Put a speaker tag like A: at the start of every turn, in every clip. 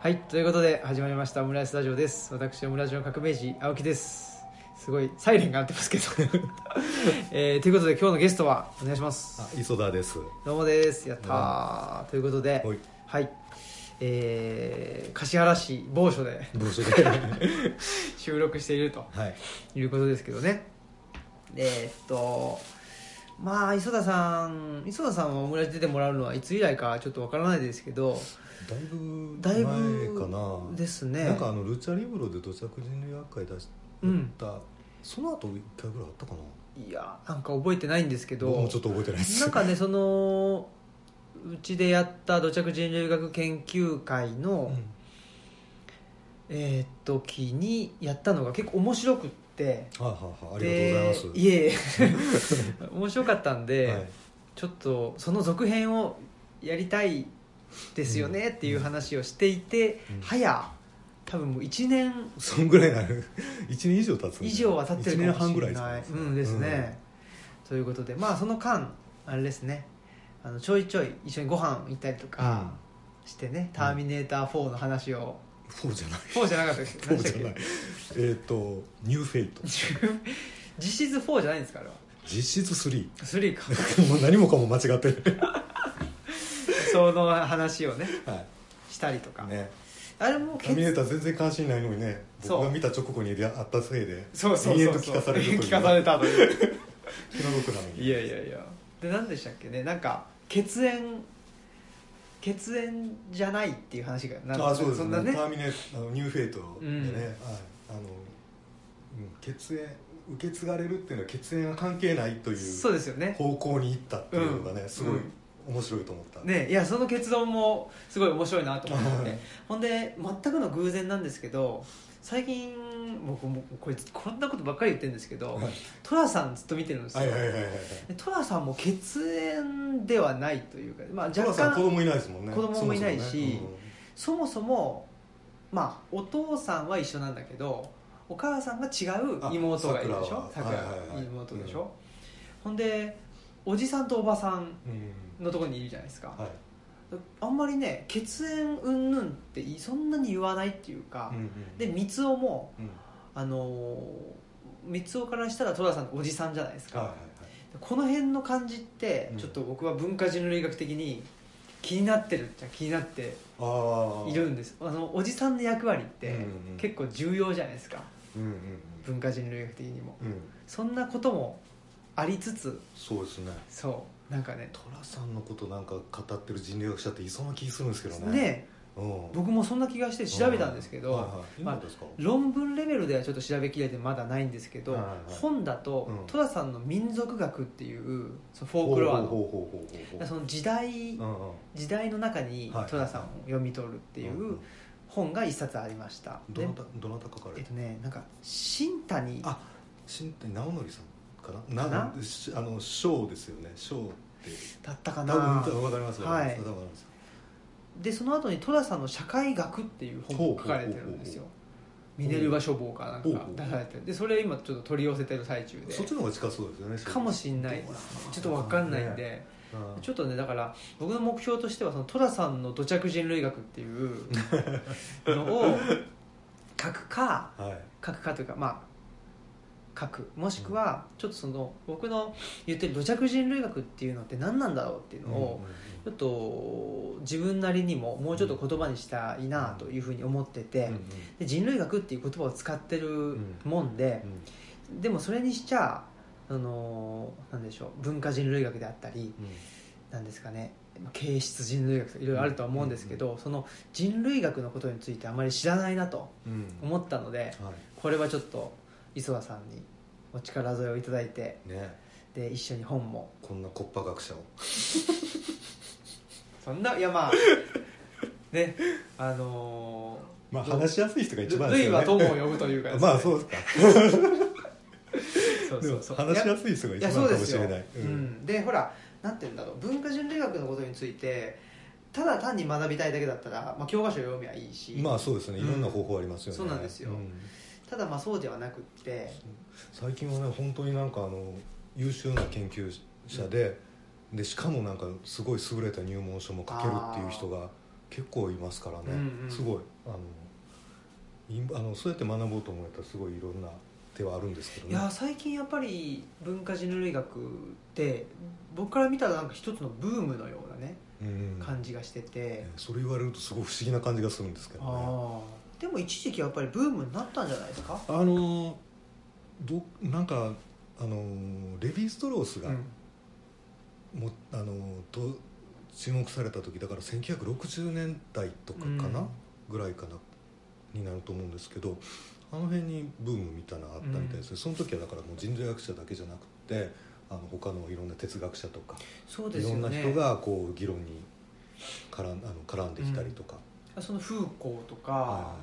A: はい、ということで始まりましたオムライスラジオです。私、オムラジオの革命児、青木です。すごい、サイレンが鳴ってますけど、 えーということで今日のゲストは、お願いします
B: あ。磯田です
A: どうもです。やったー。ということで、
B: はい
A: はい。えー、橿原市某所で
B: どうしよ うは
A: 収録していると
B: い
A: いうことですけどね。えーっと、まあ、磯田さん、磯田さんはオムライス出てもらうのはいつ以来かちょっとわからないですけど、
B: だいぶ
A: だい
B: 前
A: ぶ
B: かな
A: ですね
B: なんかあのルチャリブロで土着人類学会出し
A: うん。
B: た、その後一回ぐらいあったかない
A: やーなんか覚えてないんですけど
B: 僕もちょっと覚えてないです
A: なんかねそのうちでやった土着人類学研究会の、
B: うん
A: えーっと時にやったのが結構面白くって
B: はいはいはいありがとうございます
A: でいえいえ 面白かったんで、
B: はい
A: ちょっとその続編をやりたいですよねっていう話をしていて、
B: うん
A: 早多分もう1年
B: そんぐらいなる 一年以上経つんで
A: 以上は経ってるかもしれない
B: 一年半ぐらいですね
A: うんですね、ということでまあその間あれですねあのちょいちょい一緒にご飯行ったりとかしてね「ターミネーター4」の話を、
B: そうじゃない
A: 4じゃなかったです
B: そうじゃない
A: 何で
B: えっ、とニューフェイト
A: したっけ実質4じゃないんですかあれは
B: 実質3
A: 3か
B: もう何もかも間違ってる
A: その話をね
B: は
A: したりとか、
B: いね
A: あれも
B: ターミネーター全然関心ないのにね
A: そう
B: 僕が見た直後に出会ったせいで
A: そうそうそうそう
B: 延々と聞かされるという
A: 聞かされたという
B: 気の毒なのに
A: いやいやいやで何でしたっけねなんか血縁血縁じゃないっていう話がなんか
B: あそうです
A: ん
B: ね
A: なね
B: ターミネーターあのニューフェイトで
A: う
B: ね、
A: ん
B: はい、あのうん血縁受け継がれるっていうのは血縁は関係ないとい
A: そう
B: う
A: ですよね
B: 方向に行ったっていうのがね、
A: うん
B: すごい
A: うん
B: 面白いと思った、
A: ねいやその結論もすごい面白いなと思って
B: はい
A: ほんで全くの偶然なんですけど最近僕もこれこんなことばっかり言ってるんですけど
B: はい
A: 寅さんずっと見てるんですよ
B: はいはいはいはい
A: で寅さんも血縁ではないというか、まあ、
B: ト
A: 若
B: ラさん子
A: 干
B: 供いないですもんね
A: 子供もいないし
B: そも
A: そもそも、まあ、お父さんは一緒なんだけどお母さんが違う妹がいるでしょ
B: あ
A: さ
B: さ
A: く
B: く
A: ら
B: らははいはいはい
A: 妹でしょ、ほんでおじさんとおばさん
B: そもね
A: のところにいるじゃないですか、
B: うんはい
A: あんまりね血縁云々っていそんなに言わないっていうか、
B: うん
A: で三男も
B: うん
A: あのー三男からしたら戸田さんのおじさんじゃないですか、
B: はいはい
A: この辺の感じって
B: うん
A: ちょっと僕は文化人類学的に気になってるっちゃ気になって
B: はいああ
A: いるんですあのおじさんの役割って
B: うんうん
A: 結構重要じゃないですか
B: うんうん
A: 文化人類学的にも
B: うんうん
A: そんなこともありつつ
B: そうですね
A: そうなんかね
B: 寅さんのことなんか語ってる人類学者っていそうな気するんですけどね
A: ね
B: うん、
A: 僕もそんな気がして調べたんですけど、
B: はいはい
A: まあ
B: 今ですか
A: 論文レベルではちょっと調べきれてまだないんですけど、
B: はいはい
A: 本だと
B: うん
A: 寅、さんの民族学っていうそのフォークロアの
B: ほうほうほうほうほうほう
A: その時代、
B: うんうんっ
A: 時代の中に
B: はい
A: 寅さんを読み取るって
B: て
A: いう本が一冊ありました、
B: ど
A: で
B: なたどなた書か
A: え
B: れ
A: ったとねなんか新谷
B: あ新谷直則さんかな
A: か
B: なしあの章ですよね章って
A: だったか
B: 多
A: な
B: 分わかります
A: はい
B: わかりますわかります
A: でその後に寅さんの社会学っていう本が書かれてるんですよミネルヴァ書房かなん
B: ほう
A: か
B: ほう
A: 出されてるでそれ今ちょっと取り寄せてる最中で
B: そっちの方が近そうですよね
A: かもしんないですねちょっとわかんないんで、ちょ
B: ょっ
A: っとねだから僕の目標としてはその寅さんの土着人類学っていう のを書くか
B: とはい
A: 書くかというかまあ書くもしくはちょっとその僕の言ってる土着人類学っていうのって何なんだろうっていうのをちょっと自分なりにももうちょっと言葉にしたいなというふうに思ってて
B: うんうんうん
A: で人類学っていう言葉を使ってるもんで
B: うん
A: でもそれにしちゃあのなんでしょう文化人類学であったり
B: うん
A: なんですかね形質人類学とかいろいろあるとは思うんですけど、その人類学のことについてあまり知らないなと
B: うん
A: 思ったので
B: は
A: これはちょっと磯田さんにお力添えをいただいて
B: いね
A: で一緒に本も
B: こんなコッパ学者を
A: そんないやまあ ねあの
B: まあ話しやすい人が
A: ー
B: 一番
A: ルイは
B: よね
A: 友を呼ぶというか、
B: まあそうですか
A: そう
B: で
A: そ
B: も
A: うそう
B: 話し
A: い
B: や
A: や
B: すい人が
A: い
B: 一
A: や
B: 番
A: そう
B: か
A: で
B: も
A: す
B: し
A: よ
B: れない、
A: うんでほらなんて言うんだろう文化人類学のことについてただ単に学びたいだけだったら、まあ、教科書を読みゃいいし、
B: まあそうですねいろんな方法ありますよね、
A: そうなんですよただまあそうではなくって
B: 最近はね本当になんかあの優秀な研究者で、でしかもなんかすごい優れた入門書も書けるっていう人が結構いますからね、
A: うんうん
B: すごいあのいあのそうやって学ぼうと思えたらすごいいろんな手はあるんですけど
A: い
B: ね
A: や最近やっぱり文化人類学って僕から見たらなんか一つのブームのようなね
B: うん
A: 感じがしてて
B: え、それ言われるとすごい不思議な感じがするんですけどね
A: あーでも一時期やっぱりブームになったんじゃないですか、
B: あのどなんかあのレヴィ・ストロースが、
A: うん
B: もあのと注目された時だから1960年代とかかな、
A: うん
B: ぐらいかなになると思うんですけどあの辺にブームみたいなのあったみたいですね、その時はだからもう人類学者だけじゃなくてあの他のいろんな哲学者とか、
A: そうで
B: い
A: す
B: ろ
A: よ
B: んな人
A: ね
B: がこう議論に絡んあの絡んできたりとか、
A: そのフーコーとか、
B: はいはいはい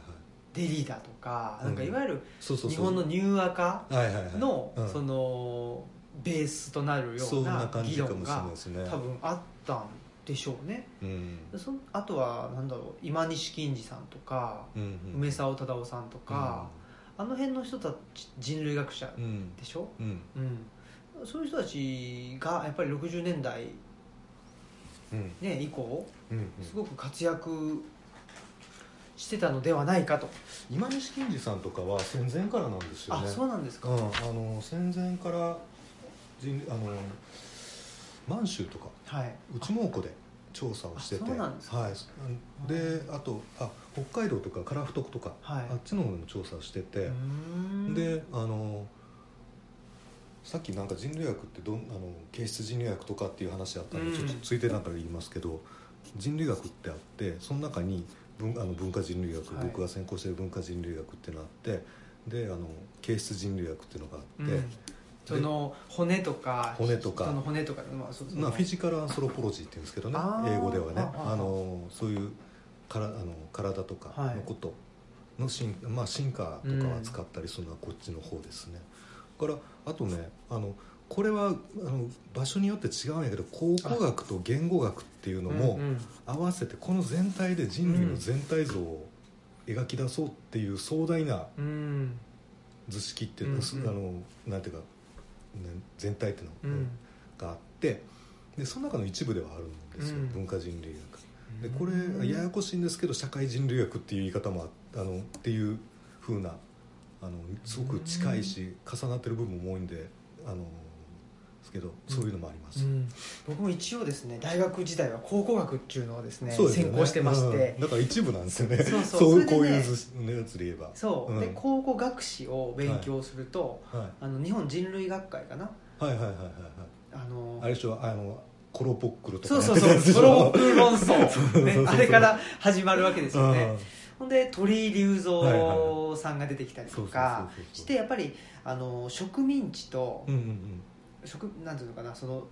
A: デリダとか
B: うん
A: なんかいわゆる
B: そうそうそう
A: 日本のニューアカ
B: はいはいはい
A: の
B: うん
A: そのベースとなるよ
B: そん
A: う
B: な
A: な
B: 感
A: 議
B: じか
A: 論
B: もしれ
A: が
B: ないですね
A: 多分あったんでしょうね
B: うん
A: そのあとはなんだろう今西金次さんとか
B: うんうん
A: 梅沢忠夫さんとか、あの辺の人たち人類学者
B: うんうん
A: でしょ、
B: うん
A: うん、そういう人たちがやっぱり60年代、
B: うん
A: ね、以降
B: うんうん
A: すごく活躍してたのではないかと、
B: 今西金次さんとかは戦前からなんですよ
A: あ
B: ね
A: そうなんですか、
B: うん、あの戦前から人あの満州とか
A: はい
B: 内蒙古で調査をしてて
A: あそうなんですか
B: はい、であとあ北海道とか樺太とか、
A: はい
B: あっちの方でも調査をしてて
A: う、ーん
B: であのさっきなんか人類学ってどんあの形質人類学とかっていう話あったんで、
A: うん
B: ちょっとついてなんか言いますけど人類学ってあってその中に文あの文化人類学、
A: はい
B: 僕が専攻してる文化人類学ってのあってであの形質人類学っていうのがあ
A: う
B: って、
A: んその骨とか
B: 骨とか
A: その骨とか、まあ、そうですね
B: まあ、フィジカルアンソロポロジーって言うんですけどね
A: あー
B: 英語ではね
A: はあはあ
B: あのそういうからあの体とかのことの進,、まあ、進化とかは使ったりするのはこっちの方ですね。だからあとねあのこれはあの場所によって違うんやけど考古学と言語学っていうのも
A: うんうん
B: 合わせてこの全体で人類の全体像を描き出そうっていう壮大な
A: うん
B: 図式っていうの,、
A: うんうん
B: あのなんていうかね全体っていう
A: う
B: の、
A: ん
B: があってでその中の一部ではあるんですよ、
A: うん
B: 文化人類学でこれややこしいんですけど社会人類学っていう言い方もああのっていう風なあのすごく近いし重なってる部分も多いんであのですけどそういうのもあります、
A: うん僕も一応ですね大学時代は考古学っていうのをですね
B: そうですよ
A: 専攻してまして、
B: うんだから一部なんですよね
A: そうそうそ
B: そう
A: れでね
B: こういう図のやつで言えば
A: そう、
B: うん
A: で考古学史を勉強すると、
B: は、
A: あの日本人類学会かない
B: はいはいはいはいはい
A: あの
B: あれでしょあのコロポックルとか
A: そ
B: ね
A: うそうそうソ ロック論争、
B: そうそうそう
A: ね、あれから始まるわけですよね、ほんで鳥居隆
B: はいは
A: 三
B: い
A: さんが出てきたりとか
B: そうそうそうそう
A: してやっぱりあの植民地と
B: うんうんうん
A: 植なんていうのかなその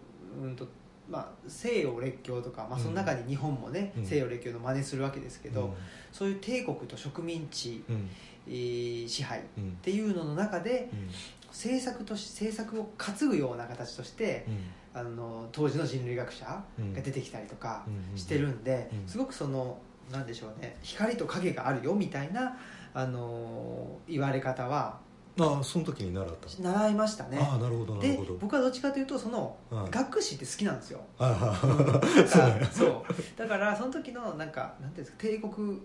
A: うんとまあ、西洋列強とか、まあ、その中に日本もね、
B: うん
A: 西洋列強の真似するわけですけど、そういう帝国と植民地、
B: うんうん
A: えー支配っ
B: うん
A: ていうのの中で
B: うん
A: 政策とし政策を担ぐような形としてあの当時の人類学者が出てきたりとかしてるんで、
B: うん
A: すごくそのなんでしょうね光と影があるよみたいな、あのー言われ方は
B: ああその時に習った、
A: 習いましたね。
B: ああなるほどなる
A: で
B: ほど
A: 僕はどっちかというとその
B: はい
A: 学士って好きなんですよ、
B: ああ
A: だからそうだからその時のなんかなんていうんですか帝国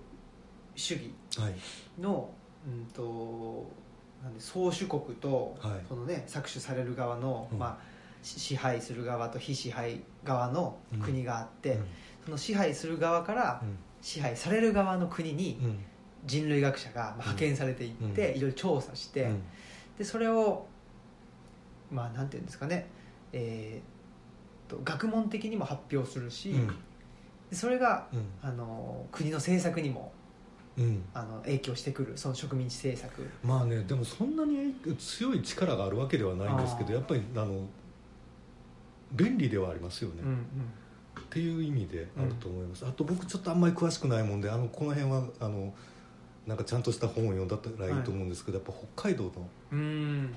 A: 主義
B: はい
A: の、うん、となんで宗主国と、
B: はい
A: そのね、搾取される側の、
B: うん
A: まあ、し支配する側と非支配側の国があって、
B: うん
A: その支配する側から支配される側の国に
B: うんうん
A: 人類学者がまあ派遣されていって、
B: うん
A: いろいろ調査して、
B: うん
A: でそれをまあなんていうんですかね、えーっと学問的にも発表するし、
B: うん
A: でそれが
B: うん
A: あの国の政策にも
B: うん
A: あの影響してくるその植民地政策
B: まあねでもそんなに強い力があるわけではないんですけ
A: あ
B: ど
A: あ
B: やっぱりあの便利ではありますよね、
A: うんう
B: っ
A: ん
B: ていう意味であると思います、あと僕ちょっとあんまり詳しくないもんであのこの辺はあのなんかちゃんとした本を読んだらいいと思うんですけど、やっぱ北海道の
A: うん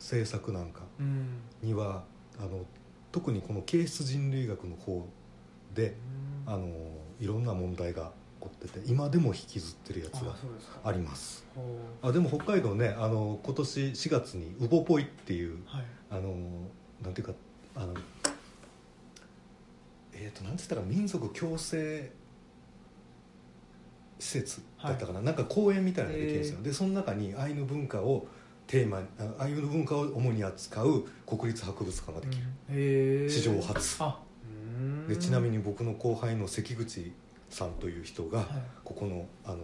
B: 政策なんか
A: うん
B: にはあの特にこの形質人類学の方であのいろんな問題が起こってて今でも引きずってるやつが
A: あそうですか
B: あります
A: ほう
B: あでも北海道ねあの今年4月にウボポイっていう
A: はい
B: あのなんていうかあのえっ、となんて言ったら民族共生施設だったかな、なんか公園みたいなのができるんですよでその中にアイヌ文化をテーマにあアイヌ文化を主に扱う国立博物館ができる、
A: へえ
B: 史上初
A: あうーん
B: でちなみ
A: に、
B: に僕の後輩の関口さんという人が、
A: はい
B: ここのあの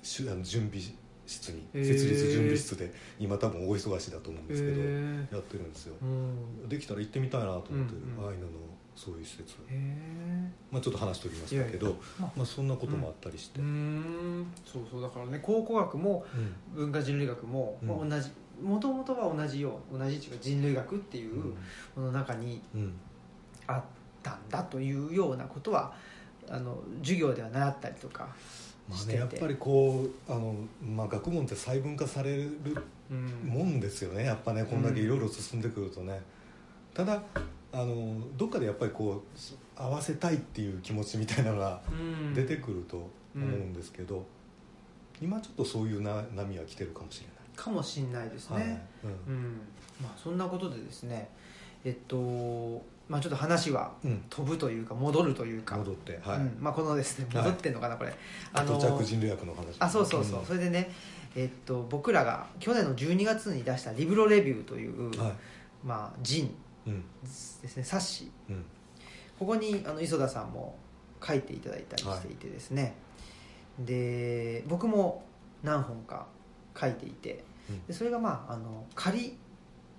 B: しゅあの準備室に
A: へー
B: 設立準備室で今多分大忙しだと思うん
A: へ
B: ですけど、
A: え
B: やってるんですよ
A: うん
B: できたら行ってみたいなと思ってる、
A: うんうん
B: アイヌのそういう施
A: へ
B: 設、
A: え
B: まあ、ちょっと話しておりましたけど
A: いやいやまあ
B: まあ、そんなこともあったりし
A: う
B: て、
A: ーんそうそうだからね考古学も
B: うん
A: 文化人類学も、
B: うん
A: まあ、同じもともとは同じよう同じっていうか人類学っていううんものの中に
B: うん
A: あったんだというようなことはあの授業では習ったりとか、
B: まあ
A: して
B: ね、
A: て
B: やっぱりこうあの、まあ、学問って細分化される
A: うん
B: もんですよねやっぱねこんだけいろいろ進んでくるとね、ただあのどっかでやっぱりこう合わせたいっていう気持ちみたいなのが
A: うん
B: 出てくると思うんですけど、今ちょっとそういうな波は来てるかもしれ
A: かもしれないですね、
B: ない、はいうん
A: うんまあ、そんなことでですねえっと、まあ、ちょっと話は
B: うん
A: 飛ぶというか戻るというか
B: 戻って、はい
A: うんまあ、このですね
B: はい
A: 戻ってんのかな、これあの
B: 土着人類学の話
A: あそうそうそう、それでね、えっと、僕らが去年の12月に出した「リブロレビュー」という、
B: うんはい
A: まあ、ジン
B: うん
A: ですね冊子
B: うん
A: ここにあの磯田さんも書いていただいたりしていてですね、で僕も何本か書いていて
B: うん
A: でそれがまああの借り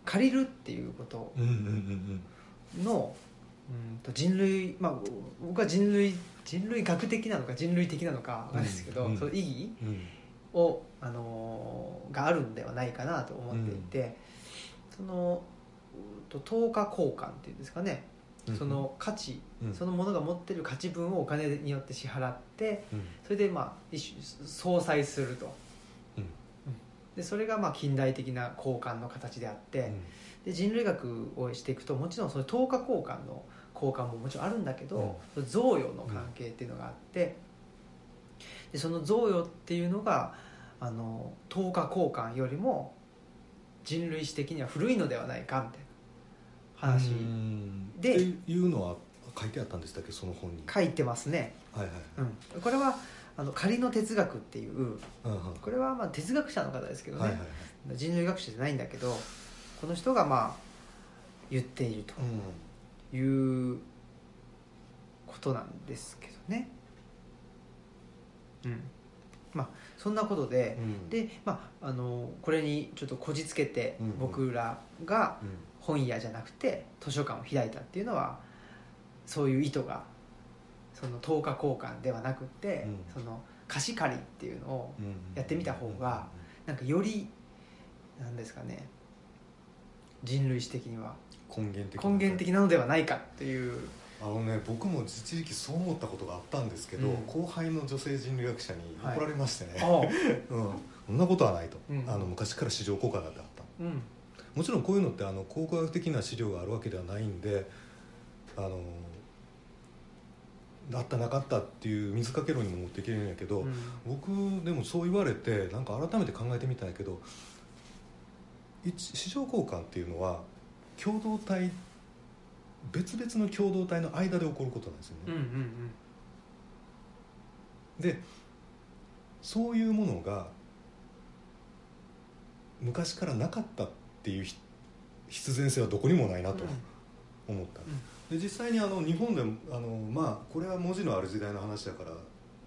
A: 借りるっていうこと
B: うんうんうん
A: の、うん、と人類、まあ、僕は人類人類学的なのか人類的なのかわかんないですけど、
B: うんうん
A: その意義
B: うんうん
A: を、あのーがあるんではないかなと思っていて、そのうんと等価交換っていうんですかね、
B: うん
A: その価値
B: うん
A: そのものが持ってる価値分をお金によって支払って
B: うん
A: それでまあ一種相殺すると、
B: うん
A: でそれがまあ近代的な交換の形であって、
B: うん
A: で人類学をしていくともちろんその等価交換の交換ももちろんあるんだけど、贈与の関係っていうのがあって、でその贈与っていうのがあの等価交換よりも人類史的には古いのではないかみたいな話
B: うん
A: で
B: っていうのは書いてあったんでしたっけその本に
A: 書いてますね、
B: はいはい
A: うん、これはあの仮の哲学っていう
B: うんうん
A: これはまあ哲学者の方ですけどね、
B: はいはいはい
A: 人類学者じゃないんだけどこの人がまあ言っていると。
B: う
A: いうことなんですけどね。うん、まあそんなことで、
B: ん
A: で、まあ、あのこれにちょっとこじつけて、
B: うんうん
A: 僕らが
B: うん
A: 本屋じゃなくて図書館を開いたっていうのはそういう意図がその等価交換ではなくて、
B: う
A: その貸し借りっていうのを
B: うん
A: やってみた方がなんかよりなんですかね人類史的には
B: 根源的な
A: 根源的なのではないかという。
B: あのね僕も一時期そう思ったことがあったんですけど、
A: うん
B: 後輩の女性人類学者に
A: はい
B: 怒られましてね、
A: ああ
B: うん、そんなことはないと、
A: うん
B: あの昔から市場効果なんてあった
A: うん
B: もちろんこういうのってあの考古学的な資料があるわけではないんであのあったなかったっていう水かけ論にも持っていけるんやけど、
A: うん
B: 僕でもそう言われてなんか改めて考えてみたんやけど一市場交換っていうのは共同体別々の共同体の間で起こることなんですよ
A: うんう
B: ね、
A: ん
B: でそういうものが昔からなかったっていうひ必然性はどこにもないなと思った、で実際にあの日本でもあのまあこれは文字のある時代の話だから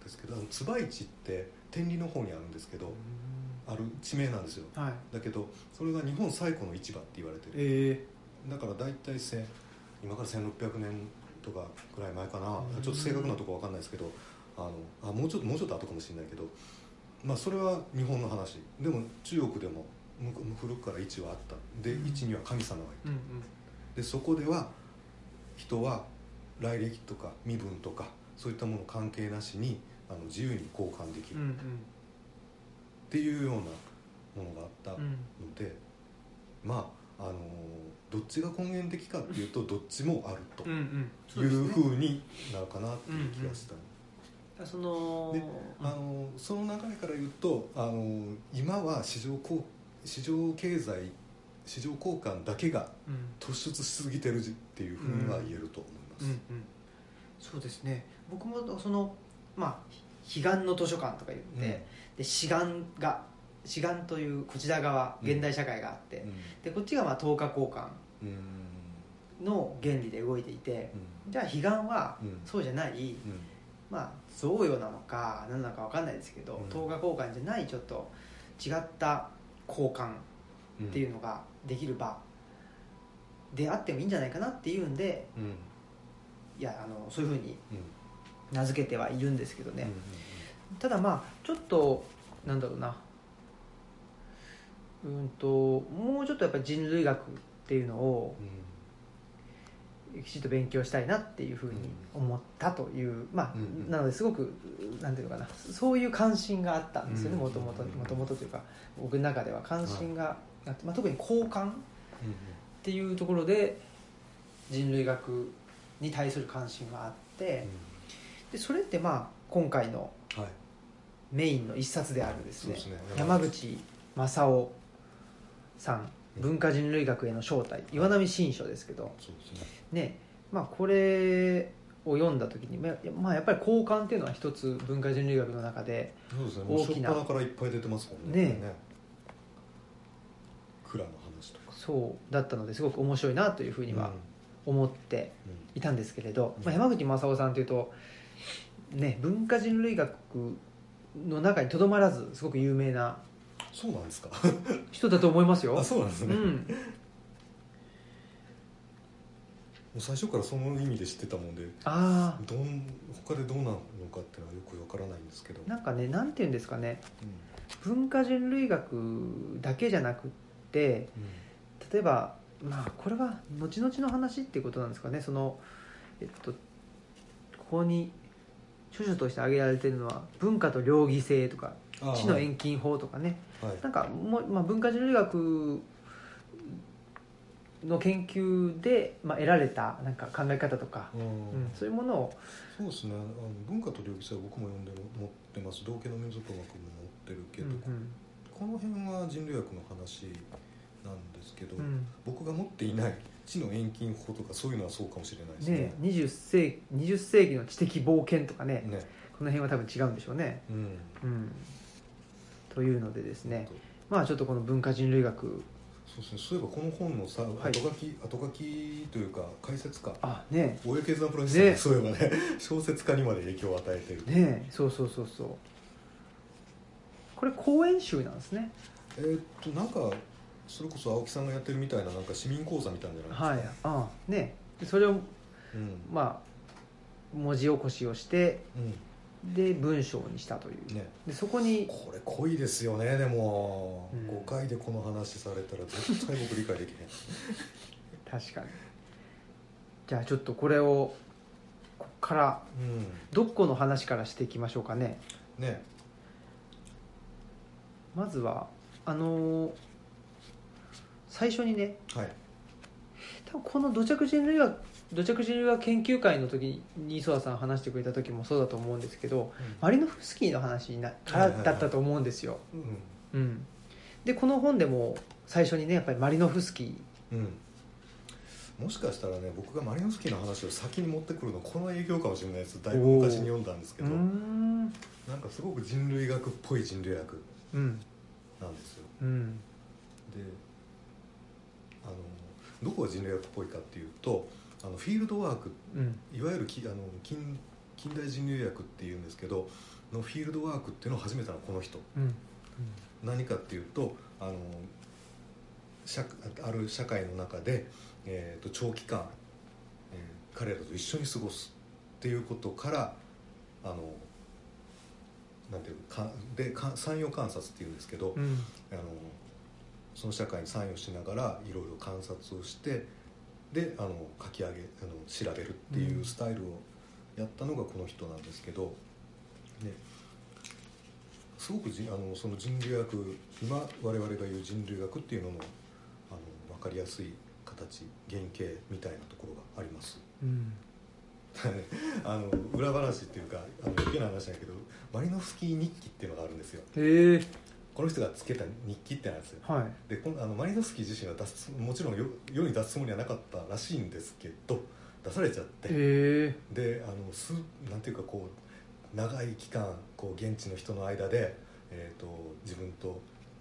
B: ですけどあの椿市って天理の方にあるんですけど、
A: う
B: ある地名なんですよ
A: んはい
B: だけどそれが日本最古の市場って言われてる
A: え
B: だから大体せ今から1600年とかぐらい前かな
A: うん
B: ちょっと正確なとこわかんないですけどあのあもうちょっともうちょっと後かもしれないけどまあそれは日本の話でも中国でもむ古くから市はあったで
A: うん
B: 市には神様がい
A: うん
B: るでそこでは人は来歴とか身分とかそういったもの関係なしにあの自由に交換でき
A: うんう
B: るっ
A: ん
B: ていうようなものがあった、
A: うんうん
B: のでまああのどっちが根源的かっていうとどっちもある
A: うんうんそ
B: と
A: う
B: い
A: です
B: う
A: ね
B: ふうになるかなっていう気がした、
A: その
B: であのその流れから言うとあの今は市場こう市場経済市場交換だけが
A: うん
B: 突出しすぎてるじっていうふうには言えると思います。
A: うんうんそうですね僕もそのまあひ彼岸の図書館とか言って、
B: うん
A: で志願が志願というこちら側現代社会があって、でこっちがまあ等価交換
B: うんうん
A: の原理で動いていてじゃあ彼岸は
B: うん
A: そうじゃない、
B: うん
A: まあ贈与なのか何なのか分かんないですけど、
B: うん
A: 等価交換じゃないちょっと違った交換
B: うん
A: っていうのができる場であってもいいんじゃないかなっていうんで
B: うんうん
A: いやあのそういうふうに
B: うん
A: 名付けてはいるんですけど
B: うん
A: ね、ただまあちょっとなんだろうなうんともうちょっとやっぱり人類学っていうのをきちっと勉強したいなっていうふうに思ったというまあ、
B: うんうん
A: なのですごくなんていうのかなそういう関心があったんですよね
B: うん
A: もともともともとというか僕の中では関心があって、まあ、特に交換っ
B: うん
A: ていうところで人類学に対する関心があってでそれってまあ今回の
B: うんはい
A: メインの一冊であるです
B: そう
A: ね
B: ですね
A: 山口正夫さん
B: うん
A: 文化人類学への招待岩波新書ですけど
B: そうですね
A: ねまあこれを読んだ時にまあまあやっぱり交換っていうのは一つ文化人類学の中で
B: そうですねもう
A: 大
B: 初
A: き
B: っ
A: な
B: 端からいっぱい出てますもんね
A: ね
B: これ蔵の話とか
A: そうだったのですごく面白いなというふうには思って
B: うんうん
A: いたんですけれど
B: う、ん
A: まあ、山口正夫さんというとね文化人類学の中にとどまらずすごく有名な
B: そうなんですか
A: 人だと思いますよ
B: あ。そうなんです
A: う
B: ねも
A: ん、
B: う最初からその意味で知ってたもんで
A: あ
B: どん他でどうなのかっていうのはよくわからないんですけど
A: あなんかねなんて言うんですかね
B: うん
A: 文化人類学だけじゃなくって例えばまあこれは後々の話っていうことなんですかねそのえっとここに著書として挙げられてるのは文化と両義性とか
B: ああ
A: 知の遠近法とかね
B: はい
A: なんかもう、まあ、文化人類学の研究で、まあ、得られたなんか考え方とか、
B: うん
A: うん、そういうものを
B: そうですねあの文化と領域性は僕も読んで持ってます同系の民族学も持ってるけど、
A: うん
B: この辺は人類学の話なんですけど、
A: うんうん
B: 僕が持っていない知の遠近法とかそういうのはそうかもしれないですね
A: ね、20世紀20世紀の知的冒険とかね
B: ね
A: この辺は多分違うんでしょうね。
B: うん
A: うん、というのでですね
B: そう
A: まあちょっとこの文化人類学
B: そうですねそういえばこの本のさ
A: はい
B: 後書き、後書きというか解説か
A: あね
B: 大江健三プロフェッサーが
A: ね
B: そういえばね 小説家にまで影響を与えてる
A: えねえそうそうそうそうこれ講演集なんですね
B: えーっとなんかそれこそ青木さんがやってるみたいななんか市民講座みたいなのじゃな
A: はいい
B: ですか、
A: あねえそれを
B: うん
A: まあ文字起こしをして
B: う
A: で文章にしたというん
B: ね
A: でそこに
B: これ濃いですよねでも、
A: うん
B: 5回でこの話されたら絶対僕理解できへん
A: 確かにじゃあちょっとこれをこっから
B: う
A: どこの話からしていきましょうかね
B: んね
A: まずはあのー最初にね
B: はい
A: 多分この土着人類学土着人類学研究会の時に磯田さん話してくれた時もそうだと思うんですけどマリノフスキーの話になから
B: はいはいはい
A: だったと思うんですよ、
B: うん
A: うん、でこの本でも最初にねやっぱりマリノフスキ
B: うんもしかしたらね僕がマリノフスキーの話を先に持ってくるのこの影響かもしれないですだいぶ昔に読んだんですけ
A: ー
B: ど
A: うーん
B: なんかすごく人類学っぽい人類学
A: うん
B: なんですよ
A: うん
B: であのどこが人類学っぽいかっていうとあのフィールドワーク
A: うん
B: いわゆるきあの近近代人類学っていうんですけどのフィールドワークっていうのを始めたのはこの人
A: うん
B: 何かっていうとあの社ある社会の中で、えー、と長期間、えー彼らと一緒に過ごすっていうことからあのなんていうかでか参与観察っていうんですけど、
A: うん
B: あのその社会に参与しながらいろいろ観察をしてであの書き上げあの調べるっていうスタイルをやったのがこの人なんですけど、ね、すごくじあのその人類学今我々が言う人類学っていうののあの分かりやすい形原型みたいなところがあります。
A: うん
B: あの裏話っていうかあの余計な話だけどマリノフスキー日記っていうのがあるんですよ
A: へえ
B: この人がつけた日記ってなんですよ
A: はい
B: でこのあのマリノフスキー自身は出すもちろん世世に出すつもりはなかったらしいんですけど出されちゃって
A: へえ
B: であのすなんていうかこう長い期間こう現地の人の間で、えー、と自分と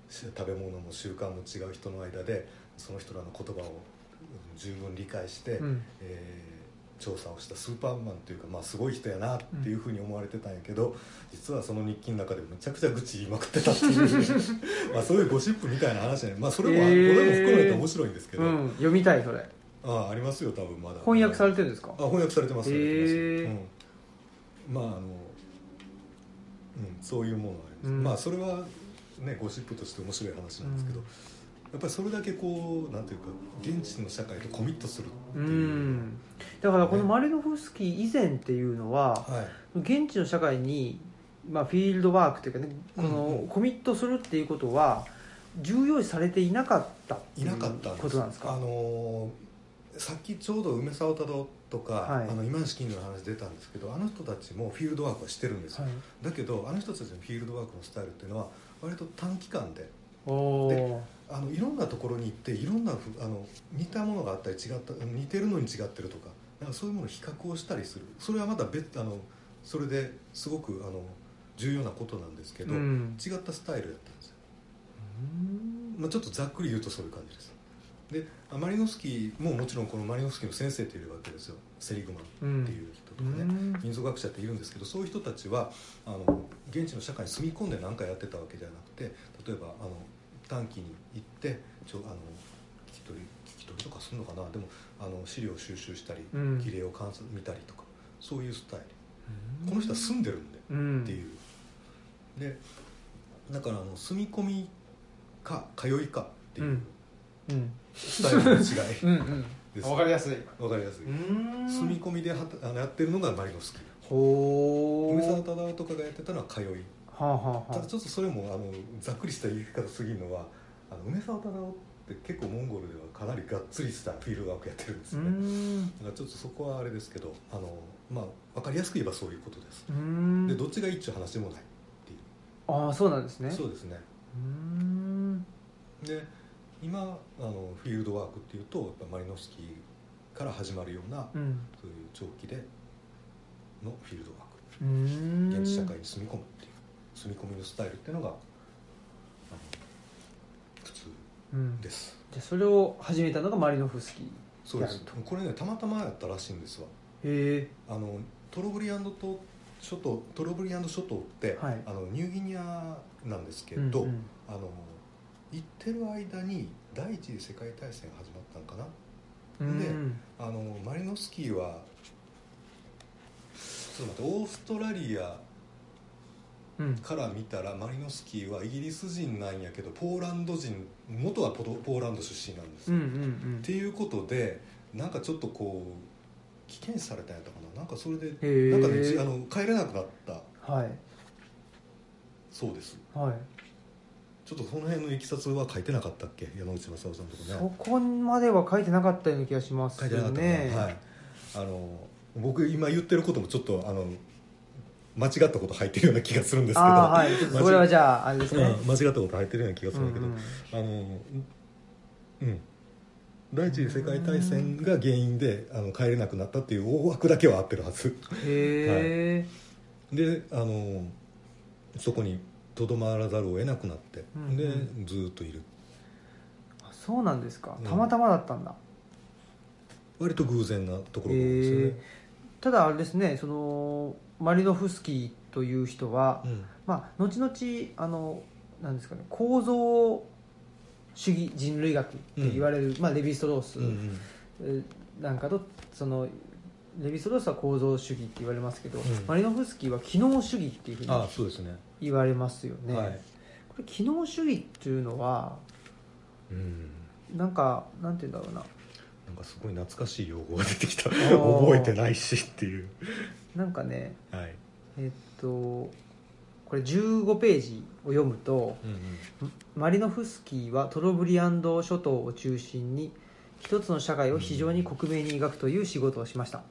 B: し食べ物も習慣も違う人の間でその人らの言葉をうん十分理解して、
A: うん
B: えー調査をしたスーパーマンというか、まあ、すごい人やなっていうふうに思われてたんやけど、実はその日記の中でめちゃくちゃ愚痴言いまくってたってい うまあそういうゴシップみたいな話やね、まあ、それも、
A: えー
B: これも含めて面白いんですけど、
A: うん、読みたいそれ
B: ああありますよ多分まだ
A: 翻訳されて
B: る
A: るんですか
B: あ翻訳されてますされてます、
A: へー
B: うん、まああの、うん、そういうものがあります、
A: うん
B: まあそれはねゴシップとして面白い話なんですけど、
A: うん
B: やっぱりそれだけこうなんていうか現地の社会とコミットするって
A: う
B: いう、
A: んだからこのマリノフスキー以前っていうのは
B: はい
A: 現地の社会に、まあ、フィールドワークというかねこ
B: うんう
A: の
B: ん
A: コミットするっていうことは重要視されていなかったって
B: い
A: い
B: な
A: う
B: かったんです
A: ことなんです
B: あ
A: か
B: のーさっきちょうど梅沢太郎とか、
A: はい
B: あの今市金魚の話出たんですけどあの人たちもフィールドワークはしてるんですよ、
A: はい
B: だけどあの人たちのフィールドワークのスタイルっていうのは割と短期間で
A: おー
B: あのいろんなところに行っていろんなふあの似たものがあったり違った似てるのに違ってるとかなんかそういうものを比較をしたりするそれはまた別あのそれですごくあの重要なことなんですけど、
A: うん
B: 違ったスタイルだったんですよまあ、ちょっとざっくり言うとそういう感じですであマリノフスキーももちろんこのマリノフスキーの先生っているわけですよセリグマ
A: う
B: ン
A: ん
B: っていう人と
A: う
B: かね、
A: ん
B: 民族学者っているんですけどそういう人たちはあの現地の社会に住み込んで何かやってたわけじゃなくて例えばあの短期に行ってちょあの聞き取り聞き取りとかするのかなでもあの資料収集したり
A: うん
B: 儀礼を観察見たりとかそういうスタイル、この人は住んでるんで
A: うん
B: っていう、でだからあの住み込みか通いかっていううん
A: うん
B: スタイルの違いです、
A: うんうんわかりやすい
B: わかりやすい、
A: うん
B: 住み込みではたあのやってるのがマリノフスキー
A: ほー
B: 梅沢忠夫とかがやってたのは通い
A: はあはあ
B: ただ
A: は
B: ちょっとそれもあのざっくりした言い方すぎるのはあの梅沢忠夫って結構モンゴルではかなりがっつりしたフィールドワークやってるんです
A: あう
B: ね、
A: ん
B: だからちょっとそこはあれですけどあの、まあ、分かりやすく言えばそういうことです、
A: うん
B: でどっちがいいっちゅう話でもないっていう
A: ああそうなんですね
B: そううですね
A: ん
B: で今あのフィールドワークっていうとやっぱマリノフスキーから始まるような、
A: うん
B: そういう長期でのフィールドワーク
A: うん
B: 現地社会に住み込むっていう住み込みのスタイルっていうのがあの普通
A: うんじ
B: です
A: ゃあそれを始めたのがマリノフスキー
B: そうです
A: やる
B: これねたまたまやったらしいんですわ
A: へ
B: あのトロブリアンドと諸島トロブリアンド諸島って、
A: はい
B: あのニューギニアなんです
A: え
B: けど、
A: うんうん
B: あの行ってる間に第一次世界大戦が始まったのかなで
A: うん
B: あのマリノフスキーはちょっと待ってオーストラリア
A: うん
B: から見たらマリノフスキーはイギリス人なんやけどポーランド人元はポドポーランド出身なんです、
A: う
B: よ
A: んうん
B: っていうことでなんかちょっとこう危険視されたんやったかななんかそれで
A: へー
B: なんかねじあの帰れなくなった
A: はい
B: そうです
A: はい
B: ちょっとその辺のいきさつは書いてなかったっけ山内正夫さんとか
A: そ
B: ね
A: こまでは書いてなかったような気がします
B: 書いてなかったかな、
A: ね
B: はいあの僕今言ってることもちょっとあの間違ったこと入ってるような気がするんですけど
A: ああはいちょっとそれはじゃああれですね
B: うん間違ったこと入ってるような気がするんだけど、
A: うんうん
B: あのうん第一次世界大戦が原因であの帰れなくなったっていう大枠だけは合ってるはず
A: へえ
B: であのそこにとどまらざるを得なくなって、
A: うんうん
B: でずーっといる
A: あそうなんですか
B: うん
A: たまたまだったんだ
B: 割と偶然なところが多いですよ
A: へ
B: ね
A: え、ただあれですねそのマリノフスキーという人は、
B: うん
A: まあ、後々あのなんですかね構造主義人類学って言われる、まあ、レヴィ・ストロース
B: うんうん
A: えーなんかとそのレヴィ・ストロースは構造主義って言われますけど、
B: ん
A: マリノフスキーは機能主義っていうふうに
B: ああそうですね
A: 言われますよね、
B: はい、
A: これ機能主義っていうのは
B: うん、
A: なんかなんて言うんだろうな
B: なんかすごい懐かしい用語が出てきた
A: ー
B: 覚えてないしっていう
A: なんかね
B: はい、
A: えっとこれ15ページを読むと
B: うん
A: マリノフスキーはトロブリアンド諸島を中心に一つの社会を非常に克明に描くという仕事をしました